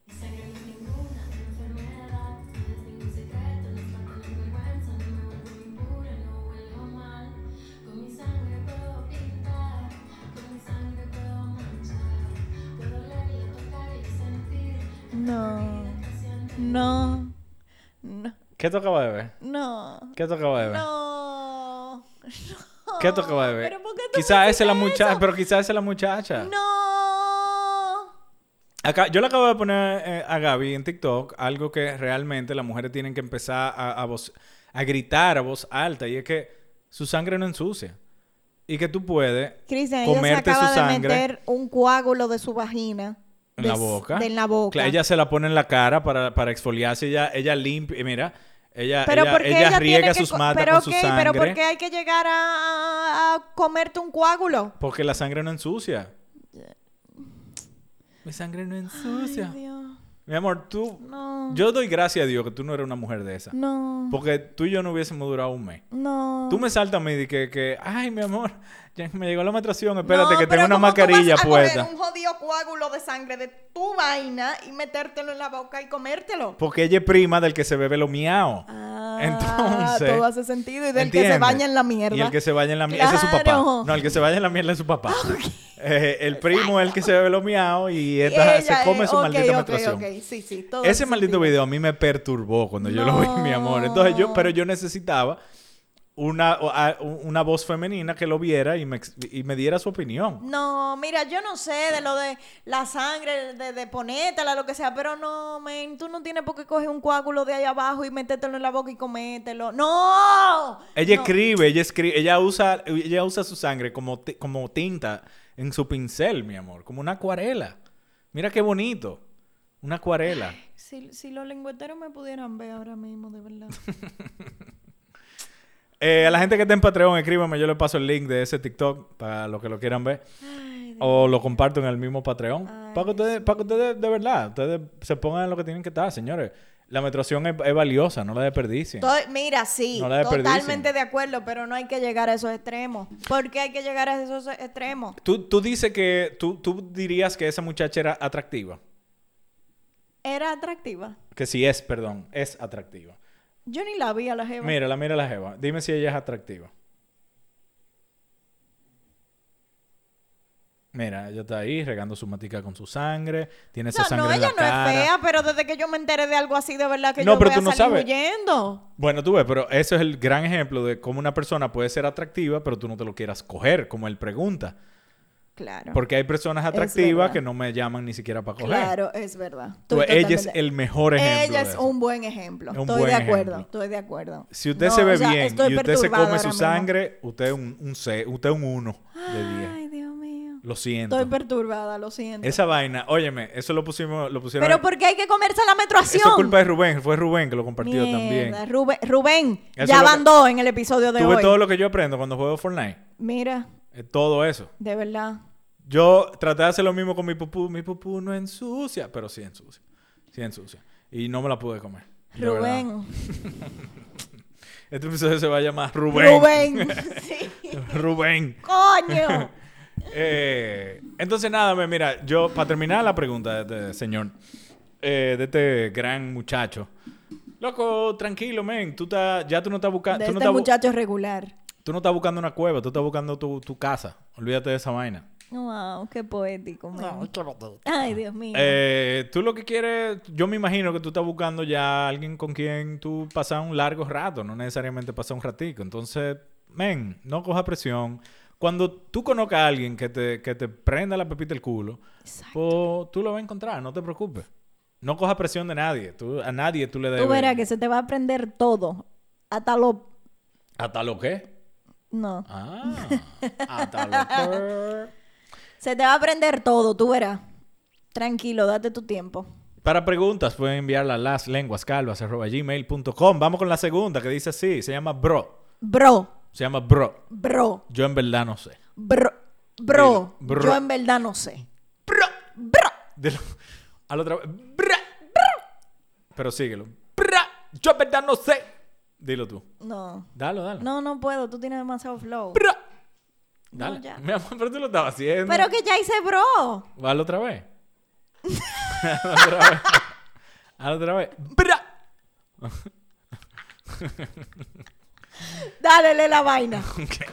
Extraño ninguna, no enfermedad, no es ningún secreto, no es falta de vergüenza, no me vuelvo impura, no vuelvo mal. Con mi sangre puedo pintar, con mi sangre puedo manchar, puedo leer, tocar y sentir. No. No. No. ¿Qué tú acabas de ver? No. ¿Qué tú acabas de ver? [LAUGHS] No. ¿Qué tú acabas de ver? ¿Pero por qué tú Quizás me esa es la hiciste muchacha, eso? pero quizás esa es la muchacha. No. Acá, yo le acabo de poner eh, a Gaby en TikTok algo que realmente las mujeres tienen que empezar a, a voz- a gritar a voz alta y es que su sangre no ensucia. Y que tú puedes Cristian, ella se comerte su acaba de sangre meter un coágulo de su vagina. en la de- boca. De en la boca. Claro, ella se la pone en la cara para, para exfoliarse. Ella, ella limpia, mira, ella, pero ella, porque ella ella, tiene riega que sus co- matas pero con su ok, sangre. pero ¿por qué hay que llegar a, a comerte un coágulo? Porque la sangre no ensucia. Mi sangre no ensucia. Dios, Mi amor, tú. no. Yo doy gracias a Dios que tú no eres una mujer de esa. No. Porque tú y yo no hubiésemos durado un mes. No. Tú me saltas a mí de que, que, ay, mi amor, ya me llegó la menstruación, espérate, No, que pero tengo una ¿cómo tú mascarilla vas a coger puesta. un jodido coágulo de sangre de tu vaina y metértelo en la boca y comértelo. Porque ella es prima del que se bebe lo miau. Ah, Entonces, Todo hace sentido. Y del que se ¿entiendes? baña en la mierda. Y el que se baña en la mierda. Ese es su Claro. papá. No, el que se baña en la mierda es su papá. Eh, el primo es el que se bebe lo miau y Y esta ella, se come eh, su ok, maldita ok, menstruación. ok, sí, sí, todo Ese hace maldito sentido. video a mí me perturbó cuando yo lo vi, mi amor. Entonces yo, pero yo necesitaba una, o- a- una voz femenina que lo viera y me, ex- y me diera su opinión. No, mira, yo no sé de lo de la sangre, de, de ponétela, lo que sea, pero no, men, tú no tienes por qué coger un coágulo de ahí abajo y metértelo en la boca y comértelo. ¡No! Ella No. escribe, ella escribe, ella usa, ella usa su sangre como, ti- como tinta en su pincel, mi amor, como una acuarela. Mira qué bonito. Una acuarela. Si, si los lengüeteros me pudieran ver ahora mismo, de verdad. Eh, a la gente que está en Patreon, escríbame, yo le paso el link de ese TikTok para los que lo quieran ver. o lo comparto en el mismo Patreon. para, que ustedes, para que ustedes, de verdad, ustedes se pongan en lo que tienen que estar, señores. La menstruación es, es valiosa, no la desperdicien. [LAUGHS] Estoy- mira, sí, No la desperdicien. totalmente de acuerdo, pero no hay que llegar a esos extremos. ¿Por qué hay que llegar a esos extremos? Tú, tú dices que, tú, tú dirías que esa muchacha era atractiva. Era atractiva. Que si es, perdón, es atractiva. Yo ni la vi a la jeva. Mírala, mira la jeva. Dime si ella es atractiva. Mira, ella está ahí regando su matica con su sangre. Tiene esa no, sangre no, en la ella no cara. es fea, pero desde que yo me enteré de algo así, de verdad que No, yo pero voy tú a no salir sabes. huyendo. Bueno, tú ves, pero eso es el gran ejemplo de cómo una persona puede ser atractiva, pero tú no te lo quieras coger, como él pregunta. Claro. Porque hay personas verdad. atractivas que no me llaman ni siquiera para coger. Claro, es verdad. Tú- Estoy Pues ella es totalmente- el mejor ejemplo. Ella de es eso. un buen ejemplo. Un estoy buen de acuerdo, ejemplo. estoy de acuerdo. Si usted No, se ve o sea, bien estoy y usted se perturbada come ahora su mismo. sangre, usted es un, un C, usted es un 1 de 10. Ay, Dios mío. Lo siento. Estoy perturbada, lo siento. Esa vaina, óyeme, eso lo pusimos, lo pusieron. Pero ¿por qué hay que comerse la menstruación? Eso es culpa de Rubén, fue Rubén que lo compartió también. Mierda, Rubén, Rubén Eso ya es lo van que- dos en el episodio de Tú ves hoy. todo lo que yo aprendo cuando juego Fortnite. Mira, Eh, Todo eso. de verdad. Yo traté de hacer lo mismo con mi pupú. Mi pupú no ensucia, pero sí ensucia. Sí ensucia. Y no me la pude comer. de verdad. Rubén. Este episodio se va a llamar Rubén. Rubén. [LAUGHS] sí. [LAUGHS] Rubén. Coño. Eh, entonces, nada, me- mira, yo, para terminar la pregunta de este señor, eh, de este gran muchacho. Loco, tranquilo, men. Tú estás- ya tú no estás buscando. De Tú, no este estás bu- muchacho regular. tú no estás buscando una cueva, tú estás buscando tu, tu casa. Olvídate de esa vaina. Wow, qué poético. man. Ay, Dios mío. Eh, tú lo que quieres, yo me imagino que tú estás buscando ya alguien con quien tú pasas un largo rato, no necesariamente pasar un ratico. Entonces, men, no coja presión. Cuando tú conozcas a alguien que te, que te prenda la pepita el culo, pues tú lo vas a encontrar, no te preocupes. No coja presión de nadie. Tú, a nadie tú le debes. Tú verás que se te va a aprender todo. Hasta lo... ¿Hasta lo qué? No. Ah, hasta lo que. Se te va a aprender todo, tú verás. Tranquilo, date tu tiempo. Para preguntas pueden enviarla a laslenguascalvas.gmail.com. Vamos con la segunda que dice así, se llama bro. Bro, Se llama bro. bro, Yo en verdad no sé. bro, bro. Dilo, bro. Yo en verdad no sé. Bro, bro. De lo- al otra vez. Bra, bra. Pero síguelo. Bra. yo en verdad no sé. Dilo tú. No. Dalo, dalo. No, no puedo. Tú tienes demasiado flow. Pero- Dale. ya. Mi amor, pero tú lo estabas haciendo. Pero que ya hice bro. Hazlo otra [LAUGHS] vez. Hazlo otra vez. Hazlo otra vez. Bra. Dálele [LAUGHS] la vaina.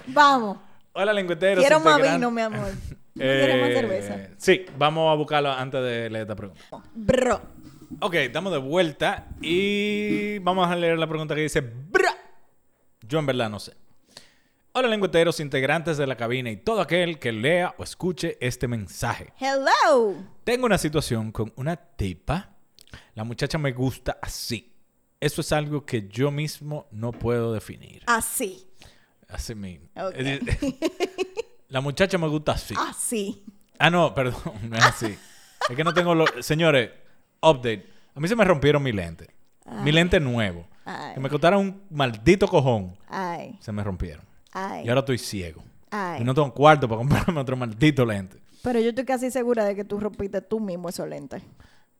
Vamos. Hola, lengüeteros. Quiero más integran- vino, [LAUGHS] mi amor. No quiero más Eh, cerveza. Sí, vamos a buscarlo antes de leer esta pregunta. Bro. Ok, estamos de vuelta y vamos a leer la pregunta que dice, "Bra". yo en verdad no sé. Hola lengüeteros, integrantes de la cabina y todo aquel que lea o escuche este mensaje. Hello. Tengo una situación con una tipa. La muchacha me gusta así. Eso es algo que yo mismo no puedo definir. Así. Así mismo. Ok. Es decir, [LAUGHS] La muchacha me gusta así. Así. Ah, no, perdón, [LAUGHS] no es así. es que no tengo los. Señores, update. A mí se me rompieron mi lente. Mi lente nuevo. Ay. Que me costaron un maldito cojón. Ay. Se me rompieron. Ay. Y ahora estoy ciego. Ay. Y no tengo cuarto para comprarme otro maldito lente. Pero yo estoy casi segura de que tú rompiste tú mismo esos lentes.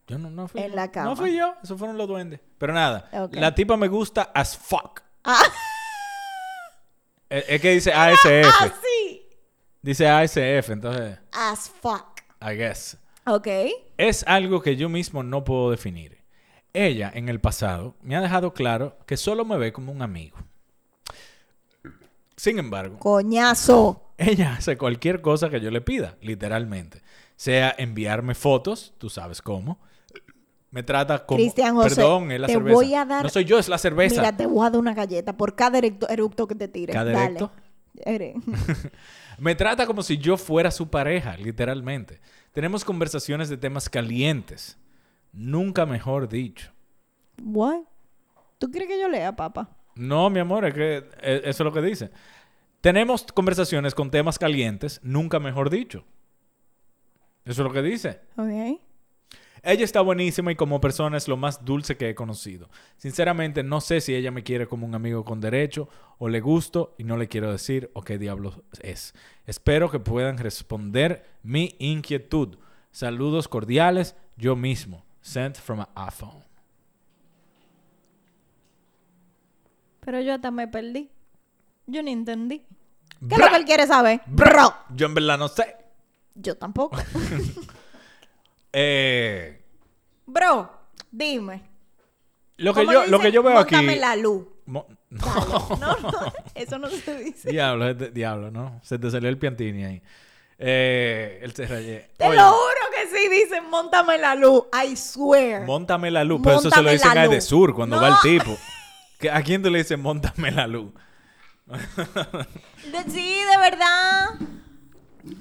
Yo no, no fui. En la cama. No fui yo, esos fueron los duendes. Pero nada, Ok. la tipa me gusta as fuck. Ah. Eh, Es que dice ASF. [LAUGHS] Así. Dice ASF, entonces, As fuck. I guess. Ok. Es algo que yo mismo no puedo definir. Ella, en el pasado, me ha dejado claro que solo me ve como un amigo. Sin embargo, Coñazo. ella hace cualquier cosa que yo le pida, literalmente. Sea enviarme fotos, tú sabes cómo. Me trata como... Cristian José, Perdón, es la te cerveza. voy a dar- No soy yo, es la cerveza. Mira, te voy a dar una galleta por cada erecto- eructo que te tire. ¿Cada Dale. erecto? Ere- Me trata como si yo fuera su pareja, literalmente. Tenemos conversaciones de temas calientes. Nunca mejor dicho. [LAUGHS] What? ¿Tú quieres que yo lea, papá? No, mi amor, es que eh, eso es lo que dice. Tenemos conversaciones con temas calientes, nunca mejor dicho. Eso es lo que dice. Ok. Ella está buenísima y como persona es lo más dulce que he conocido. Sinceramente, no sé si ella me quiere como un amigo con derecho o le gusto y no le quiero decir o qué diablos es. Espero que puedan responder mi inquietud. Saludos cordiales, yo mismo. Sent from a iPhone. Pero yo hasta me perdí. Yo ni entendí. ¿Qué es Bra. lo que él quiere saber? Bro, yo en verdad no sé. Yo tampoco. Eh, [LAUGHS] Bro, dime. lo, que ¿Cómo yo, le lo que dicen? yo veo aquí. Móntame [LAUGHS] la luz. Mo- No, no, eso no se dice. Diablo, este- diablo, ¿no? Se te salió el piantini ahí. Eh, el serralle. Te lo juro que sí, dicen, montame la luz. I swear. Montame la luz. Pero eso se Móntame lo dicen la a de luz. Sur cuando No. va el tipo. ¿Que- ¿A quién tú le dices montame la luz? De- sí, de verdad.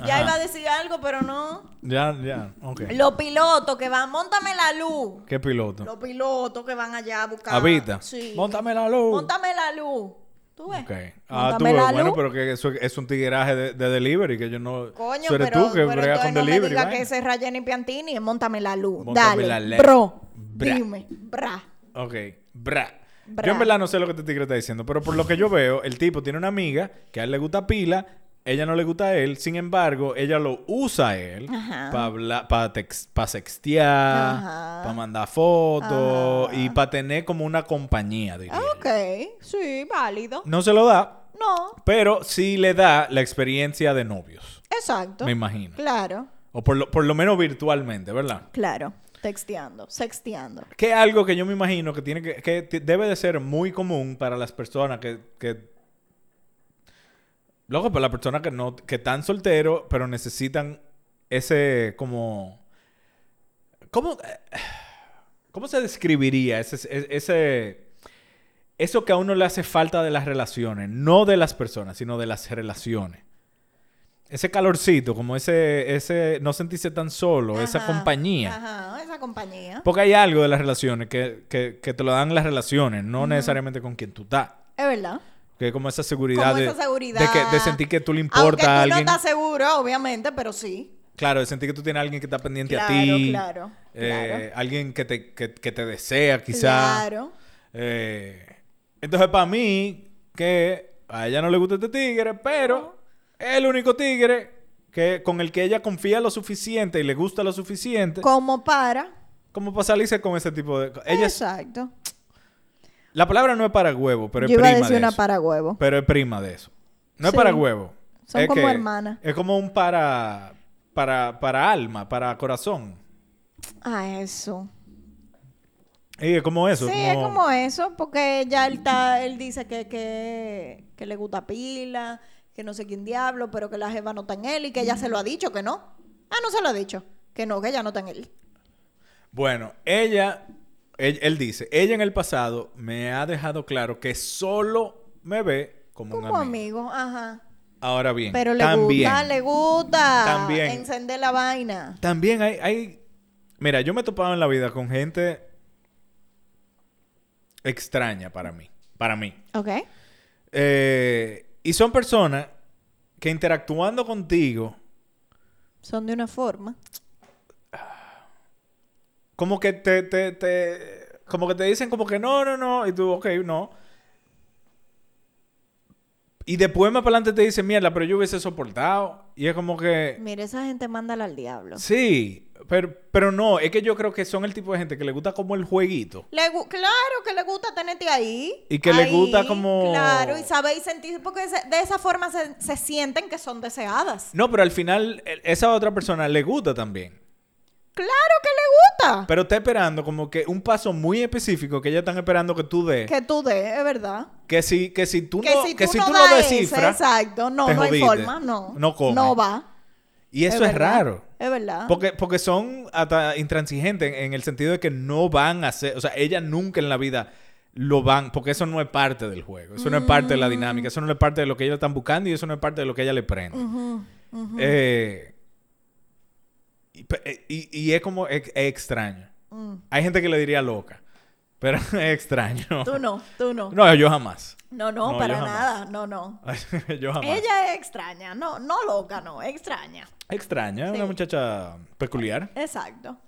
Ya Ajá. iba a decir algo, pero no. Ya, ya, ok. Los pilotos que van, montame la luz. ¿Qué piloto? Los pilotos que van allá a buscar. Habita. Sí. Montame la luz. Montame la luz. ¿Tú ves? Ok. Ah, tú, Móntame la bueno, luz. pero que eso es un tigueraje de, de delivery que yo no... Coño, eso eres pero, tú que pero bregas entonces con no me delivery. digas vaina. que ese Rayen y Piantini es Móntame la luz. Móntame Dale, la ley. bro, Bra. dime, bra. Ok, bra. Bra. Yo en verdad no sé lo que este tigre está diciendo, pero por lo que yo veo, el tipo tiene una amiga que a él le gusta pila, ella no le gusta a él, sin embargo, ella lo usa a él Ajá. para hablar, para sextear, Ajá. para mandar fotos y para tener como una compañía, diría yo. Ok, sí, válido. No se lo da, No, pero sí le da la experiencia de novios, exacto. me imagino. Claro, O por lo, por lo menos virtualmente, ¿verdad? claro. Texteando, sexteando. Que es algo que yo me imagino que tiene que, que t- debe de ser muy común para las personas que, que Loco, para las personas que no, que están solteros, pero necesitan ese como. ¿Cómo, cómo se describiría ese, e- ese. Eso que a uno le hace falta de las relaciones. No de las personas, sino de las relaciones. Ese calorcito, como ese. ese no sentirse tan solo, esa Ajá, compañía. Ajá, esa compañía. Porque hay algo de las relaciones que, que- que te lo dan las relaciones, no necesariamente con quien tú estás. Es verdad. Que es como esa seguridad, Como de, esa seguridad. De, que, de sentir que tú le Aunque importa tú a alguien. no estás seguro, obviamente, pero sí. Claro, de sentir que tú tienes a alguien que está pendiente a Claro, ti. claro, eh, Alguien que te, que, que te desea, quizás. Claro. entonces, para mí, que a ella no le gusta este tigre, pero es el único tigre que, con el que ella confía lo suficiente y le gusta lo suficiente. Como para. Como para salirse con ese tipo de... Ella es- Exacto. La palabra no es para huevo, pero es Yo iba prima a decir de una eso. para huevo. Pero es prima de eso. No es Sí. para huevo. Son Es como que hermanas. Es como un para, para, para alma, para corazón. Ah, eso. Y es como eso. sí, es como eso, porque ya él está, él dice que, que, que le gusta pila, que no sé quién diablo, pero que la jeva no está en él y que ella se lo ha dicho que no. Ah, no se lo ha dicho. Que no, que ella no está en él. Bueno, ella, él, él dice, ella en el pasado me ha dejado claro que solo me ve como, Como un amigo. amigo, ajá. Ahora bien, Pero le también, gusta, le gusta También. encender la vaina. también hay, hay... Mira, yo me he topado en la vida con gente extraña para mí. Para mí. ¿Ok? Eh, y son personas que interactuando contigo, Son de una forma. como que te, te, te- como que te dicen como que no, no, no, y tú, ok, no. Y después más para adelante te dicen, mierda, pero yo hubiese soportado. Y es como que, Mira, esa gente mándala al diablo. sí, pero, pero no, es que yo creo que son el tipo de gente que le gusta como el jueguito. Le gu- claro que le gusta tenerte ahí. Y que le Ahí, gusta como- Claro, y sabéis sentir, porque se- de esa forma se, se sienten que son deseadas. No, pero al final el- esa otra persona le gusta también. Claro que le gusta. Pero está esperando como que un paso muy específico que ya están esperando que tú des. Que tú de, es verdad. Que si, que si tú que no, si tú que si no tú das no ese, descifras. exacto, no, te no hay jodiste. forma, no. No come. va. Y eso es, verdad, Ah. raro. Es verdad. Porque, porque son hasta intransigentes en, en el sentido de que no van a hacer, o sea, ellas nunca en la vida lo van, porque eso no es parte del juego, eso no es parte Mm. de la dinámica, eso no es parte de lo que ellas están buscando y eso no es parte de lo que ella le prende. Eh, y, pe- eh, y- y es como, es, es extraño. Mm. Hay gente que le diría loca, pero [LAUGHS] es extraño. Tú no, tú no. No, No, yo jamás. no, No, para yo jamás. nada, no, no. [LAUGHS] yo jamás. Ella es extraña, no, no loca, no, extraña. Extraña, Sí. una muchacha peculiar. Exacto.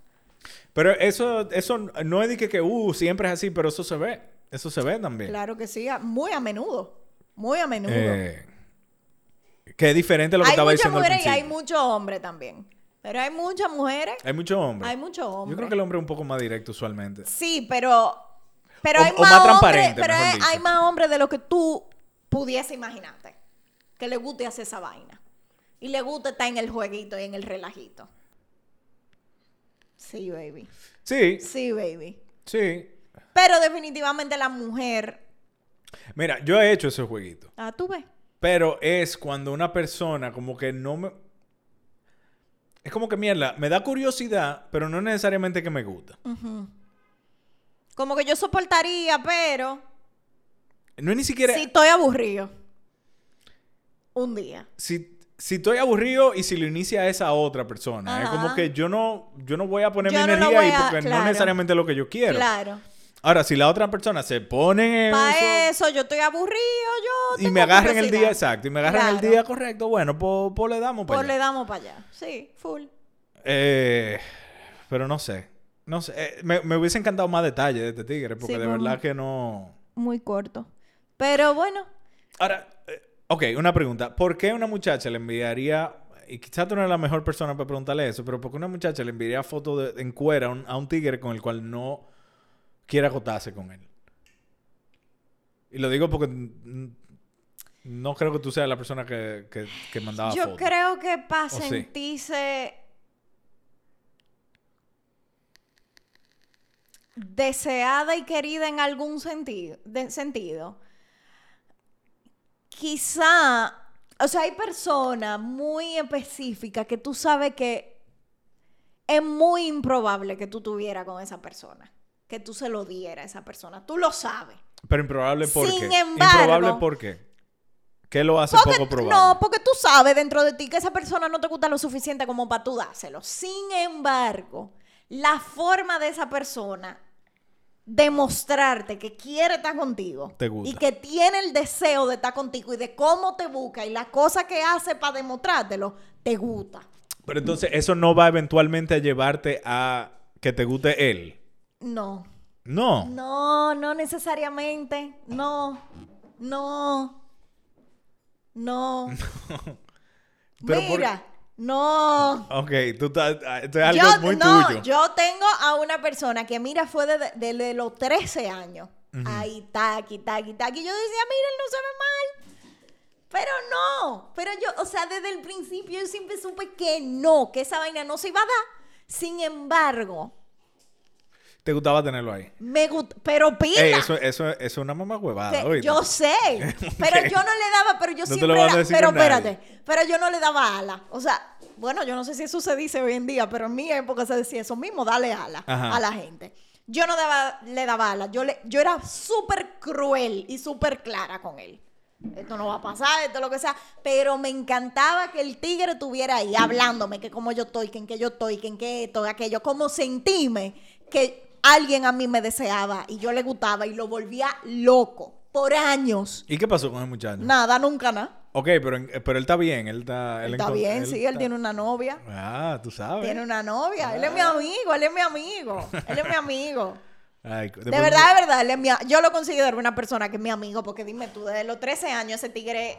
Pero eso, eso no es de que, que, uh, siempre es así, pero eso se ve. Eso se ve también. Claro que sí, a- muy a menudo. Muy a menudo. Eh, que es diferente a lo que hay estaba muchas diciendo al mujeres y hay principio. muchos hombres también. Pero hay muchas mujeres, Hay mucho hombre. hay muchos hombres. Yo creo que el hombre es un poco más directo usualmente. Sí, pero. Pero O- hay o más, más hombres. transparente, Pero mejor hay, dicho. hay más hombres de lo que tú pudiese imaginarte. Que le guste hacer esa vaina. Y le gusta estar en el jueguito y en el relajito. Sí, baby. Sí, Sí, baby. sí. Pero definitivamente la mujer. Mira, yo he hecho ese jueguito. Ah, tú ves. Pero es cuando una persona como que no me... Es como que mierda, me da curiosidad, pero no necesariamente que me gusta. Mm. Como que yo soportaría, pero. No es ni siquiera... Si estoy aburrido. Un día. si, si estoy aburrido y si lo inicia esa otra persona. Es Ajá. como que yo no, yo no voy a poner Yo mi no lo energía voy ahí a- porque claro. no necesariamente es lo que yo quiero. Claro. Ahora, si la otra persona se pone en Para eso eso, yo estoy aburrido, yo. y tengo me agarran el día, curiosidad. exacto, y me agarran el Claro. día correcto, bueno, pues le damos para Pues le damos para allá. Sí, full. Eh, pero no sé. No sé. Eh, me, me hubiese encantado más detalles de este tigre porque Sí, de mamá. verdad que no... Muy corto. Pero bueno, Ahora, eh, ok, una pregunta. ¿Por qué una muchacha le enviaría, y quizás tú no eres la mejor persona para preguntarle eso, pero ¿por qué una muchacha le enviaría fotos de- en cuera a un, a un tigre con el cual no quiere acotarse con él? Y lo digo porque mm, no creo que tú seas la persona que, que- que mandaba yo fotos. creo que para sí. sentirse deseada y querida en algún sentido, de- sentido. Quizá, o sea, hay personas muy específicas que tú sabes que es muy improbable que tú tuvieras con esa persona, que tú se lo dieras a esa persona, tú lo sabes. Pero improbable por Sin qué. embargo- improbable por qué. ¿Qué lo hace Porque poco tú- probable? No, porque tú sabes dentro de ti que esa persona no te gusta lo suficiente como para tú dárselo. Sin embargo, la forma de esa persona demostrarte que quiere estar contigo Te gusta. y que tiene el deseo de estar contigo y de cómo te busca y las cosas que hace para demostrártelo, te gusta. Pero entonces eso no va eventualmente a llevarte a que te guste él. No, No. no, no necesariamente, no, no, no. [LAUGHS] Pero por- Mira, no. Ok, tú estás- ah, esto es algo muy no, tuyo. yo tengo a una persona que, mira, fue desde de, de los 13 años Ahí, taqui, taqui, taqui. Yo decía, mira, él no se ve mal. Pero no. Pero yo, o sea, desde el principio yo siempre supe que no, que esa vaina no se iba a dar. Sin embargo, Te gustaba tenerlo ahí. me gustó. Pero pila. Ey, eso, eso, eso es una mamá huevada. Pe- oíste. [LAUGHS] yo sé, pero yo no le daba, pero yo No te siempre lo vas a era- decir pero a nadie. espérate, pero yo no le daba ala. O sea, bueno, yo no sé si eso se dice hoy en día, pero en mi época se decía eso mismo, dale ala Ajá. a la gente. Yo no daba, le daba ala, yo, le, yo era súper cruel y súper clara con él. Esto no va a pasar, esto lo que sea. Pero me encantaba que el tigre estuviera ahí hablándome que cómo yo estoy, que en qué yo estoy, que en qué esto, aquello. Como sentíme que alguien a mí me deseaba y yo le gustaba y lo volvía loco por años. ¿Y qué pasó con el muchacho? Nada, nunca nada. Ok, pero, en- eh, pero él está bien. Él está, él Está encon- bien, sí, él está- tiene una novia. Ah, tú sabes. Tiene una novia. Él es mi amigo, él es mi amigo. Él es [LAUGHS] mi amigo. Ay, cu- De después- verdad, de verdad, él es mi a- yo lo considero una persona que es mi amigo, porque dime tú, desde los 13 años ese tigre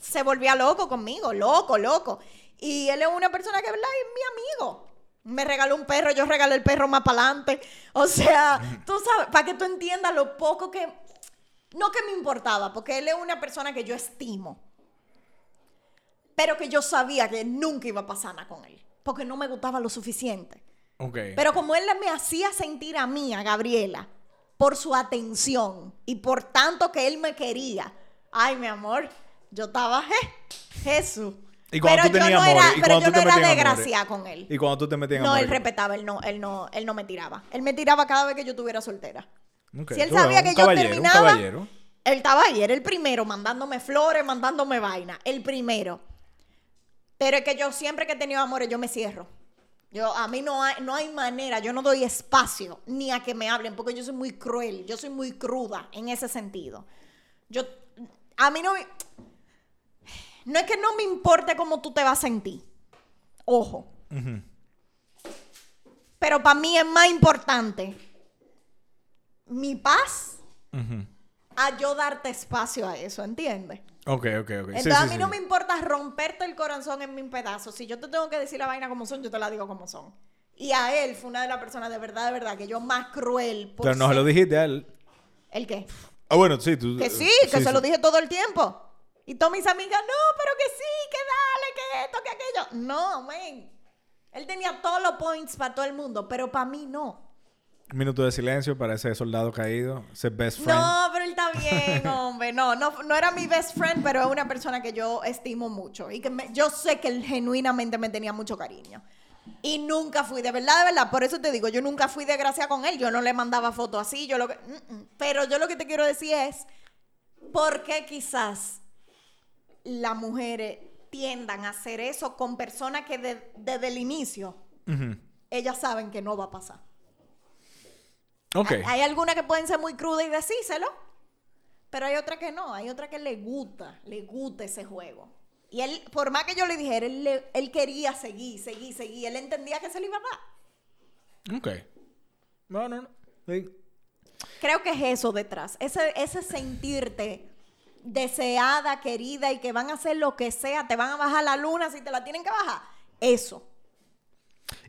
se volvía loco conmigo, loco, loco. Y él es una persona que, de verdad, es mi amigo. Me regaló un perro, yo regalé el perro más para adelante. O sea, tú sabes, para que tú entiendas lo poco que... No que me importaba, porque él es una persona que yo estimo. Pero que yo sabía que nunca iba a pasar nada con él, porque no me gustaba lo suficiente. Ok. Pero como él me hacía sentir a mí, a Gabriela, por su atención y por tanto que él me quería. Ay, mi amor, yo estaba, je, Jesús. ¿Y cuando pero tú yo tenías no era, amores? ¿Y pero cuando yo tú te no metías era en amores? desgraciada con él. ¿Y cuando tú te metías en No, él amores? respetaba, él no, él no, él no me tiraba. Él me tiraba cada vez que yo estuviera soltera. Ok, Si él tú ves, sabía un que yo caballero, un terminaba, caballero. él estaba ahí, era el primero, mandándome flores, mandándome vaina, el primero. Pero es que yo siempre que he tenido amores, yo me cierro. Yo, a mí no hay, no hay manera, yo no doy espacio ni a que me hablen, porque yo soy muy cruel, yo soy muy cruda en ese sentido. Yo, a mí no, me- no es que no me importe cómo tú te vas a sentir, ojo. Pero para mí es más importante mi paz a yo darte espacio a eso, ¿entiendes? Ok, ok, ok. Sí, Entonces sí, a mí sí. no me importa romperte el corazón en mil pedazos. Si yo te tengo que decir la vaina como son, yo te la digo como son. Y a él fue una de las personas de verdad, de verdad, que yo más cruel. por Pero no se ser- lo dijiste a él. ¿El qué? Ah, bueno, sí, tú. Que sí, que se lo dije todo el tiempo. Y todas mis amigas, no, pero que sí, que dale, que esto, que aquello. No, men. Él tenía todos los points para todo el mundo, pero para mí no. Un minuto de silencio para ese soldado caído, ese best friend. No, pero él está [LAUGHS] bien, hombre. No, no, no era mi best friend, pero es una persona que yo estimo mucho y que me- yo sé que él genuinamente me tenía mucho cariño. Y nunca fui, de verdad, de verdad, por eso te digo, yo nunca fui de gracia con él, yo no le mandaba fotos así, yo lo que... mm, mm. Pero yo lo que te quiero decir es, ¿por qué quizás las mujeres tiendan a hacer eso con personas que de- desde el inicio ellas saben que no va a pasar? Ok. Hay, hay algunas que pueden ser muy crudas y decírselo, pero hay otras que no. Hay otras que le gusta, le gusta ese juego. Y él, por más que yo le dijera, él, le- él quería seguir, seguir, seguir. Él entendía que se lo iba a dar. Ok. No, no, no. Sí. Creo que es eso detrás. Ese, ese sentirte deseada, querida y que van a hacer lo que sea. Te van a bajar la luna si te la tienen que bajar. Eso.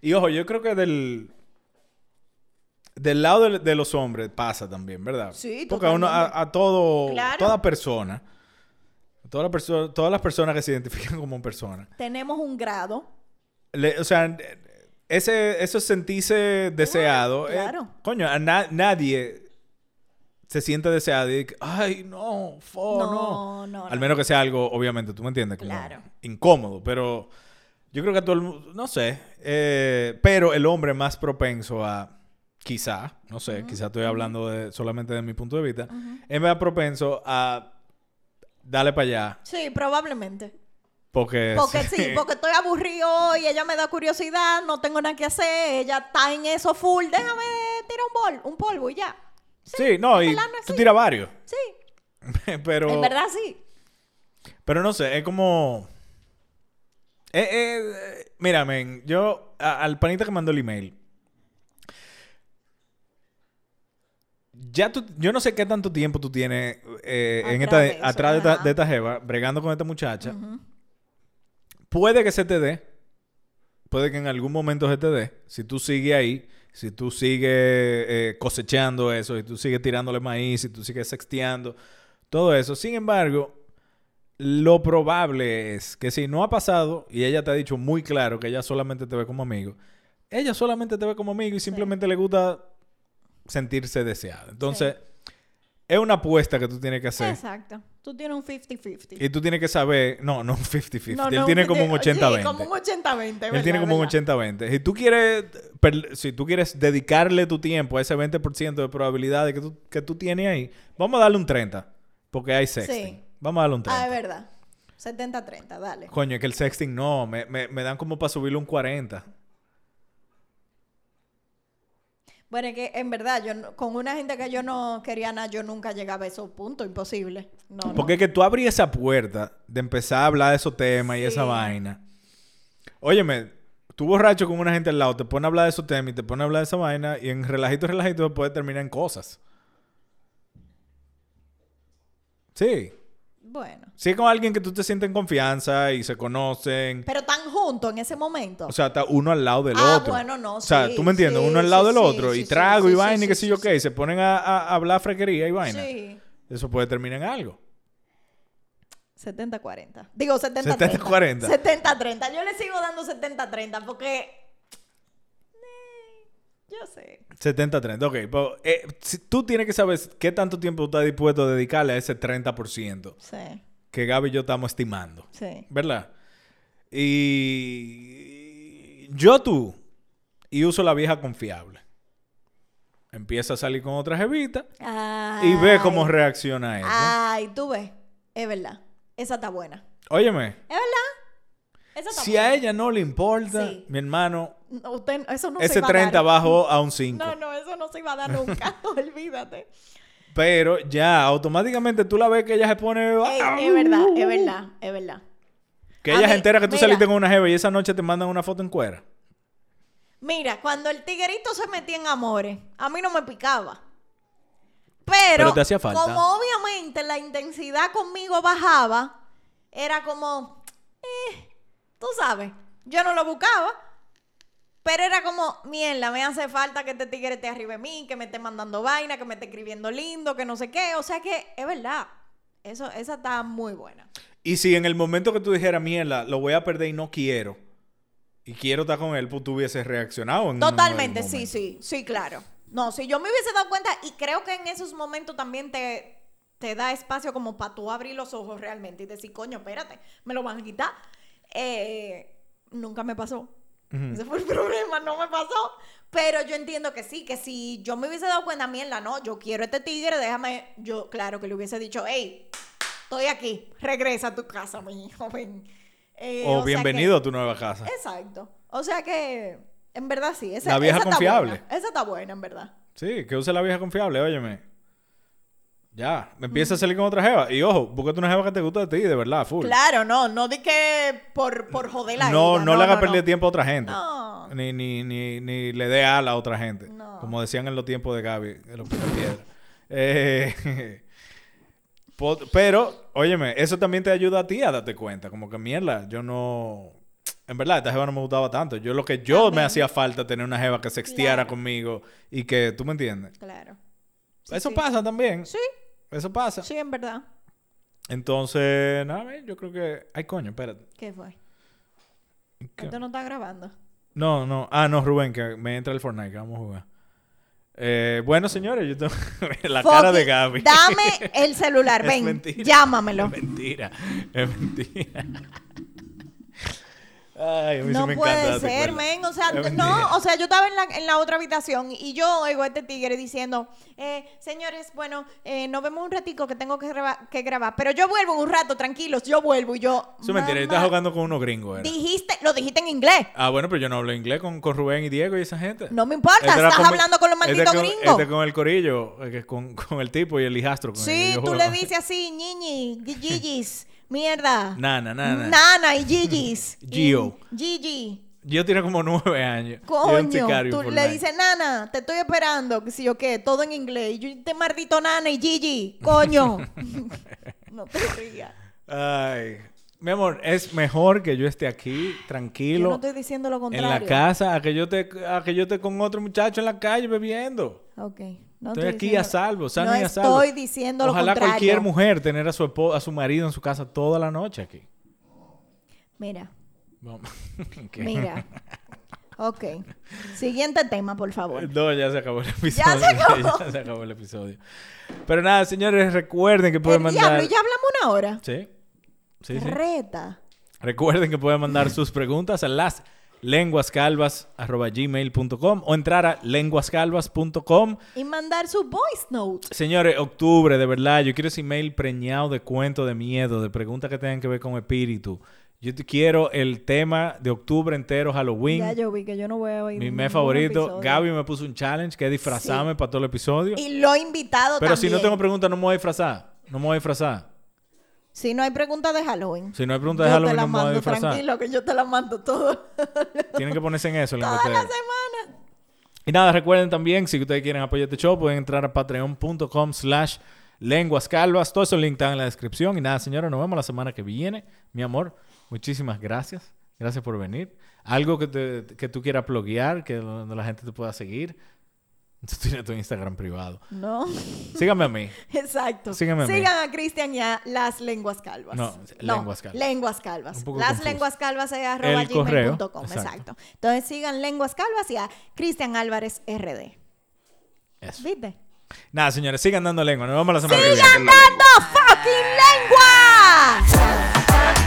Y ojo, yo creo que del. Del lado del- de, los hombres pasa también, ¿verdad? Sí, Porque a uno, a, totalmente. a todo. Claro. Toda persona. Toda la perso- todas las personas que se identifican como personas. Tenemos un grado. le- o sea, ese, eso sentirse deseado. eh, Ah, claro. coño, a na- nadie se siente deseado y dice, ay, no, fo, no. No, no, Al no. menos que sea algo, obviamente, tú me entiendes, como Claro. incómodo, pero yo creo que a todo el mundo, no sé, eh, pero el hombre más propenso a, quizá, no sé, quizá estoy hablando de- solamente de mi punto de vista, es más propenso a darle para allá. Sí, probablemente. Porque, [LAUGHS] Porque sí, porque estoy aburrido y ella me da curiosidad, no tengo nada que hacer, ella está en eso full, déjame tirar un, bol, un polvo y ya. Sí, no, y pelando tú así. tiras varios. [LAUGHS] Sí, pero, en verdad sí. pero no sé, es como. Eh, eh, eh, mira, men, yo a- al panita que mandó el email. Ya tú, yo no sé qué tanto tiempo tú tienes eh, en esta, Atrás de eso, atrás de esta, ajá. de esta jeva, bregando con esta muchacha. Puede que se te dé, puede que en algún momento se te dé, si tú sigues ahí, si tú sigues eh, cosechando eso, si tú sigues tirándole maíz, si tú sigues sexteando, todo eso. Sin embargo, lo probable es que si no ha pasado y ella te ha dicho muy claro que ella solamente te ve como amigo, ella solamente te ve como amigo y simplemente le gusta sentirse deseada. Entonces, es una apuesta que tú tienes que hacer. Exacto. Tú tienes un 50-50. Y tú tienes que saber, no, [LAUGHS] no un 50-50, No, él no, tiene como un sí, 80-20. como un 80-20, Él tiene como un 80-20. Si tú quieres per- si tú quieres dedicarle tu tiempo a ese 20% de probabilidades que tú, que tú tienes ahí, vamos a darle un 30, porque hay sexting. Sí. Vamos a darle un 30. Ah, es verdad. 70-30, dale. Coño, es que el sexting no, me, me- me dan como para subirle un 40. Bueno, es que en verdad, yo no- con una gente que yo no quería nada, yo nunca llegaba a esos puntos, imposible. No, no. Porque es que tú abrí esa puerta de empezar a hablar de esos temas y esa Sí. vaina. Óyeme, tú borracho con una gente al lado, te pone a hablar de esos temas y te pone a hablar de esa vaina y en relajito, relajito puede terminar en cosas. Sí. Bueno. Si es con alguien que tú te sientes en confianza y se conocen. Pero tan juntos en ese momento. O sea, está uno al lado del Ah, otro. bueno, no, O sea, sí, tú me entiendes, sí, uno al sí, lado del sí, otro. sí, y sí, trago y sí, vaina sí, y qué sí, sé yo sí, qué. Y se ponen a, a hablar frequería y vaina. sí. Eso puede terminar en algo. 70-40. Digo, 70-30. 70-40. 70-30. Yo le sigo dando 70-30 porque... eh, yo sé. 70-30, ok. Pero, eh, si- tú tienes que saber qué tanto tiempo tú estás dispuesto a dedicarle a ese 30% Sí, que Gaby y yo estamos estimando. sí. ¿Verdad? Y yo tú, y uso la vieja confiable. Empieza a salir con otra jevita y ve cómo Ay. Ah. reacciona ella. Ay, tú ves. Es verdad. Esa está buena. Óyeme, Es verdad. Esa está si buena. a ella no le importa, Sí. mi hermano, No, usted- eso no se ese iba a dar. 30 bajó a un 5. No, no, eso no se iba a dar nunca. [LAUGHS] Olvídate. Pero ya, automáticamente tú la ves que ella se pone... Ey, es verdad, uh. es verdad, es verdad. Que A ella se mí- entera que tú mira. saliste con una jeva y esa noche te mandan una foto en cuera. Mira, cuando el tiguerito se metía en amores, a mí no me picaba. Pero Pero, te hacía falta. como obviamente la intensidad conmigo bajaba, era como, eh, tú sabes, yo no lo buscaba. Pero era como, mierda, me hace falta que este tigre esté arriba de mí, que me esté mandando vaina, que me esté escribiendo lindo, que no sé qué. O sea que, es verdad, eso, esa está muy buena. Y si en el momento que tú dijeras, mierda, lo voy a perder y no quiero, y quiero estar con él, pues tú hubieses reaccionado. En un Totalmente, buen sí, momento. sí, sí, claro. No, si yo me hubiese dado cuenta, y creo que en esos momentos también te, te da espacio como para tú abrir los ojos realmente y decir, coño, espérate, me lo van a quitar. Eh, nunca me pasó. Ese fue el [LAUGHS] problema, no me pasó. Pero yo entiendo que sí, que si yo me hubiese dado cuenta, mierda, no, yo quiero este tigre, déjame. Yo, claro, que le hubiese dicho, hey, estoy aquí, regresa a tu casa, mi joven. Eh, O, sea que- bienvenido a tu nueva casa. Exacto. O sea que, en verdad sí. Esa, Ah. La vieja esa está confiable. buena. Esa está buena, en verdad. Sí, que use la vieja confiable, óyeme. Ya, me empieza a salir con otra jeva. Y ojo, búscate una jeva que te gusta a ti, de verdad, full. Claro, no, no di que por, por joder la no, vida, no, le hagas perder no. tiempo a otra gente. No. Ni, ni, ni, ni le dé ala a otra gente. No. Como decían en los tiempos de Gaby, de los picapiedra. Eh, [LAUGHS] po- pero, óyeme, eso también te ayuda a ti a darte cuenta. Como que mierda, yo no. En verdad, esta jeva no me gustaba tanto. Yo lo que yo me hacía falta tener una jeva que sexteara Claro. conmigo y que, ¿tú me entiendes? Claro. eso sí. pasa también. Sí, Eso pasa. sí, en verdad. Entonces, nada, men, yo creo que. Ay, coño, espérate. ¿Qué fue? ¿Qué? Esto no está grabando. No, no. Ah, no, Rubén, que me entra el Fortnite, que vamos a jugar. Eh, bueno, señores, yo tengo [LAUGHS] la cara de Fucking- Gaby. Dame el celular, Es ven. mentira. [LAUGHS] Llámamelo. Es mentira, es mentira. Ay, a mí sí No me puede encanta. darte ser, cuerda. men. O sea, [LAUGHS] Es mentira. no, o sea, yo estaba en la, en la otra habitación y yo oigo a este tigre diciendo, eh, señores, bueno, eh, nos vemos un ratico que tengo que, graba- que grabar. Pero yo vuelvo en un rato, tranquilos, yo vuelvo y yo. Eso es mentira, yo "Mamá, estaba jugando con unos gringos. era. Dijiste, lo dijiste en inglés. Ah, bueno, pero yo no hablo inglés con, con Rubén y Diego y esa gente. No me importa, Este era estás mi- hablando con los este malditos con- gringos. Este con el corillo, eh, que con, con el tipo y el hijastro. Con el Sí, que yo tú juego. le dices así, ñiñi, gigis, mierda. Nana, nana. Nana y gigis. [LAUGHS] Gio. y Gigi. Yo tenía como nueve años. Yo era un Coño, sicario tú por le night. dices, nana, te estoy esperando, que si yo qué, todo en inglés. Y yo, [LAUGHS] este [LAUGHS] maldito nana y Gigi, coño. no te rías. Ay. Mi amor, es mejor que yo esté aquí, Yo tranquilo, no estoy diciendo lo en contrario. la casa, a que yo te, a que yo te con otro muchacho en la calle bebiendo. Ok. No Estoy aquí a salvo, sano no y a salvo. estoy diciendo Ojalá lo contrario. cualquier mujer tener a su espo- a su marido en su casa toda la noche aquí. [LAUGHS] Mira, Vamos. Ok. mira. Ok. Siguiente tema, por favor. No, ya se acabó el episodio. [LAUGHS] Ya se acabó. Ya se acabó el episodio. Pero nada, señores, recuerden que El pueden mandar. diablo, ya hablamos una hora. Sí. Sí, sí. Reta. Recuerden que pueden mandar sus preguntas a las lenguascalvas.gmail.com o entrar a lenguascalvas.com. Y mandar su voice note. Señores, octubre, de verdad, yo quiero ese email preñado de cuentos de miedo, de preguntas que tengan que ver con espíritu. Yo te quiero el tema de octubre entero, Halloween. Ya yo vi que yo no voy a oír. Mi mes ningún favorito. episodio. Gaby me puso un challenge que es disfrazarme para todo el episodio. Y lo he invitado Pero si no también. tengo preguntas, no me voy a disfrazar. No me voy a disfrazar. Si no hay pregunta de Halloween. Si no hay preguntas, yo déjalo te que la no me voy a mando, disfrazar. tranquilo, que yo te la mando todo. [LAUGHS] Tienen que ponerse en eso, Toda la lenguatero. semana. Y nada, recuerden también, si ustedes quieren apoyar este show, pueden entrar a patreon.com slash lenguas calvas. Todos esos links están en la descripción. Y nada, señores, nos vemos la semana que viene. Mi amor, muchísimas gracias. Gracias por venir. Algo que, te- que tú quieras bloguear, que donde la gente te pueda seguir. Tú tienes tu Instagram privado. No, [LAUGHS] Síganme a mí. exacto. Síganme a mí. Sigan a Cristian y a las lenguas calvas. No, Lenguas Calvas. Lenguas calvas. Un poco las confuso. lenguas calvas es arroba El correo, gmail punto com, exacto. Exacto. Entonces sigan lenguas calvas y a Cristian Álvarez RD. Eso. ¿Viste? Nada, señores, sigan dando lengua. Nos vemos la semana que viene. ¡Sigan dando fucking lengua!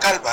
Calva.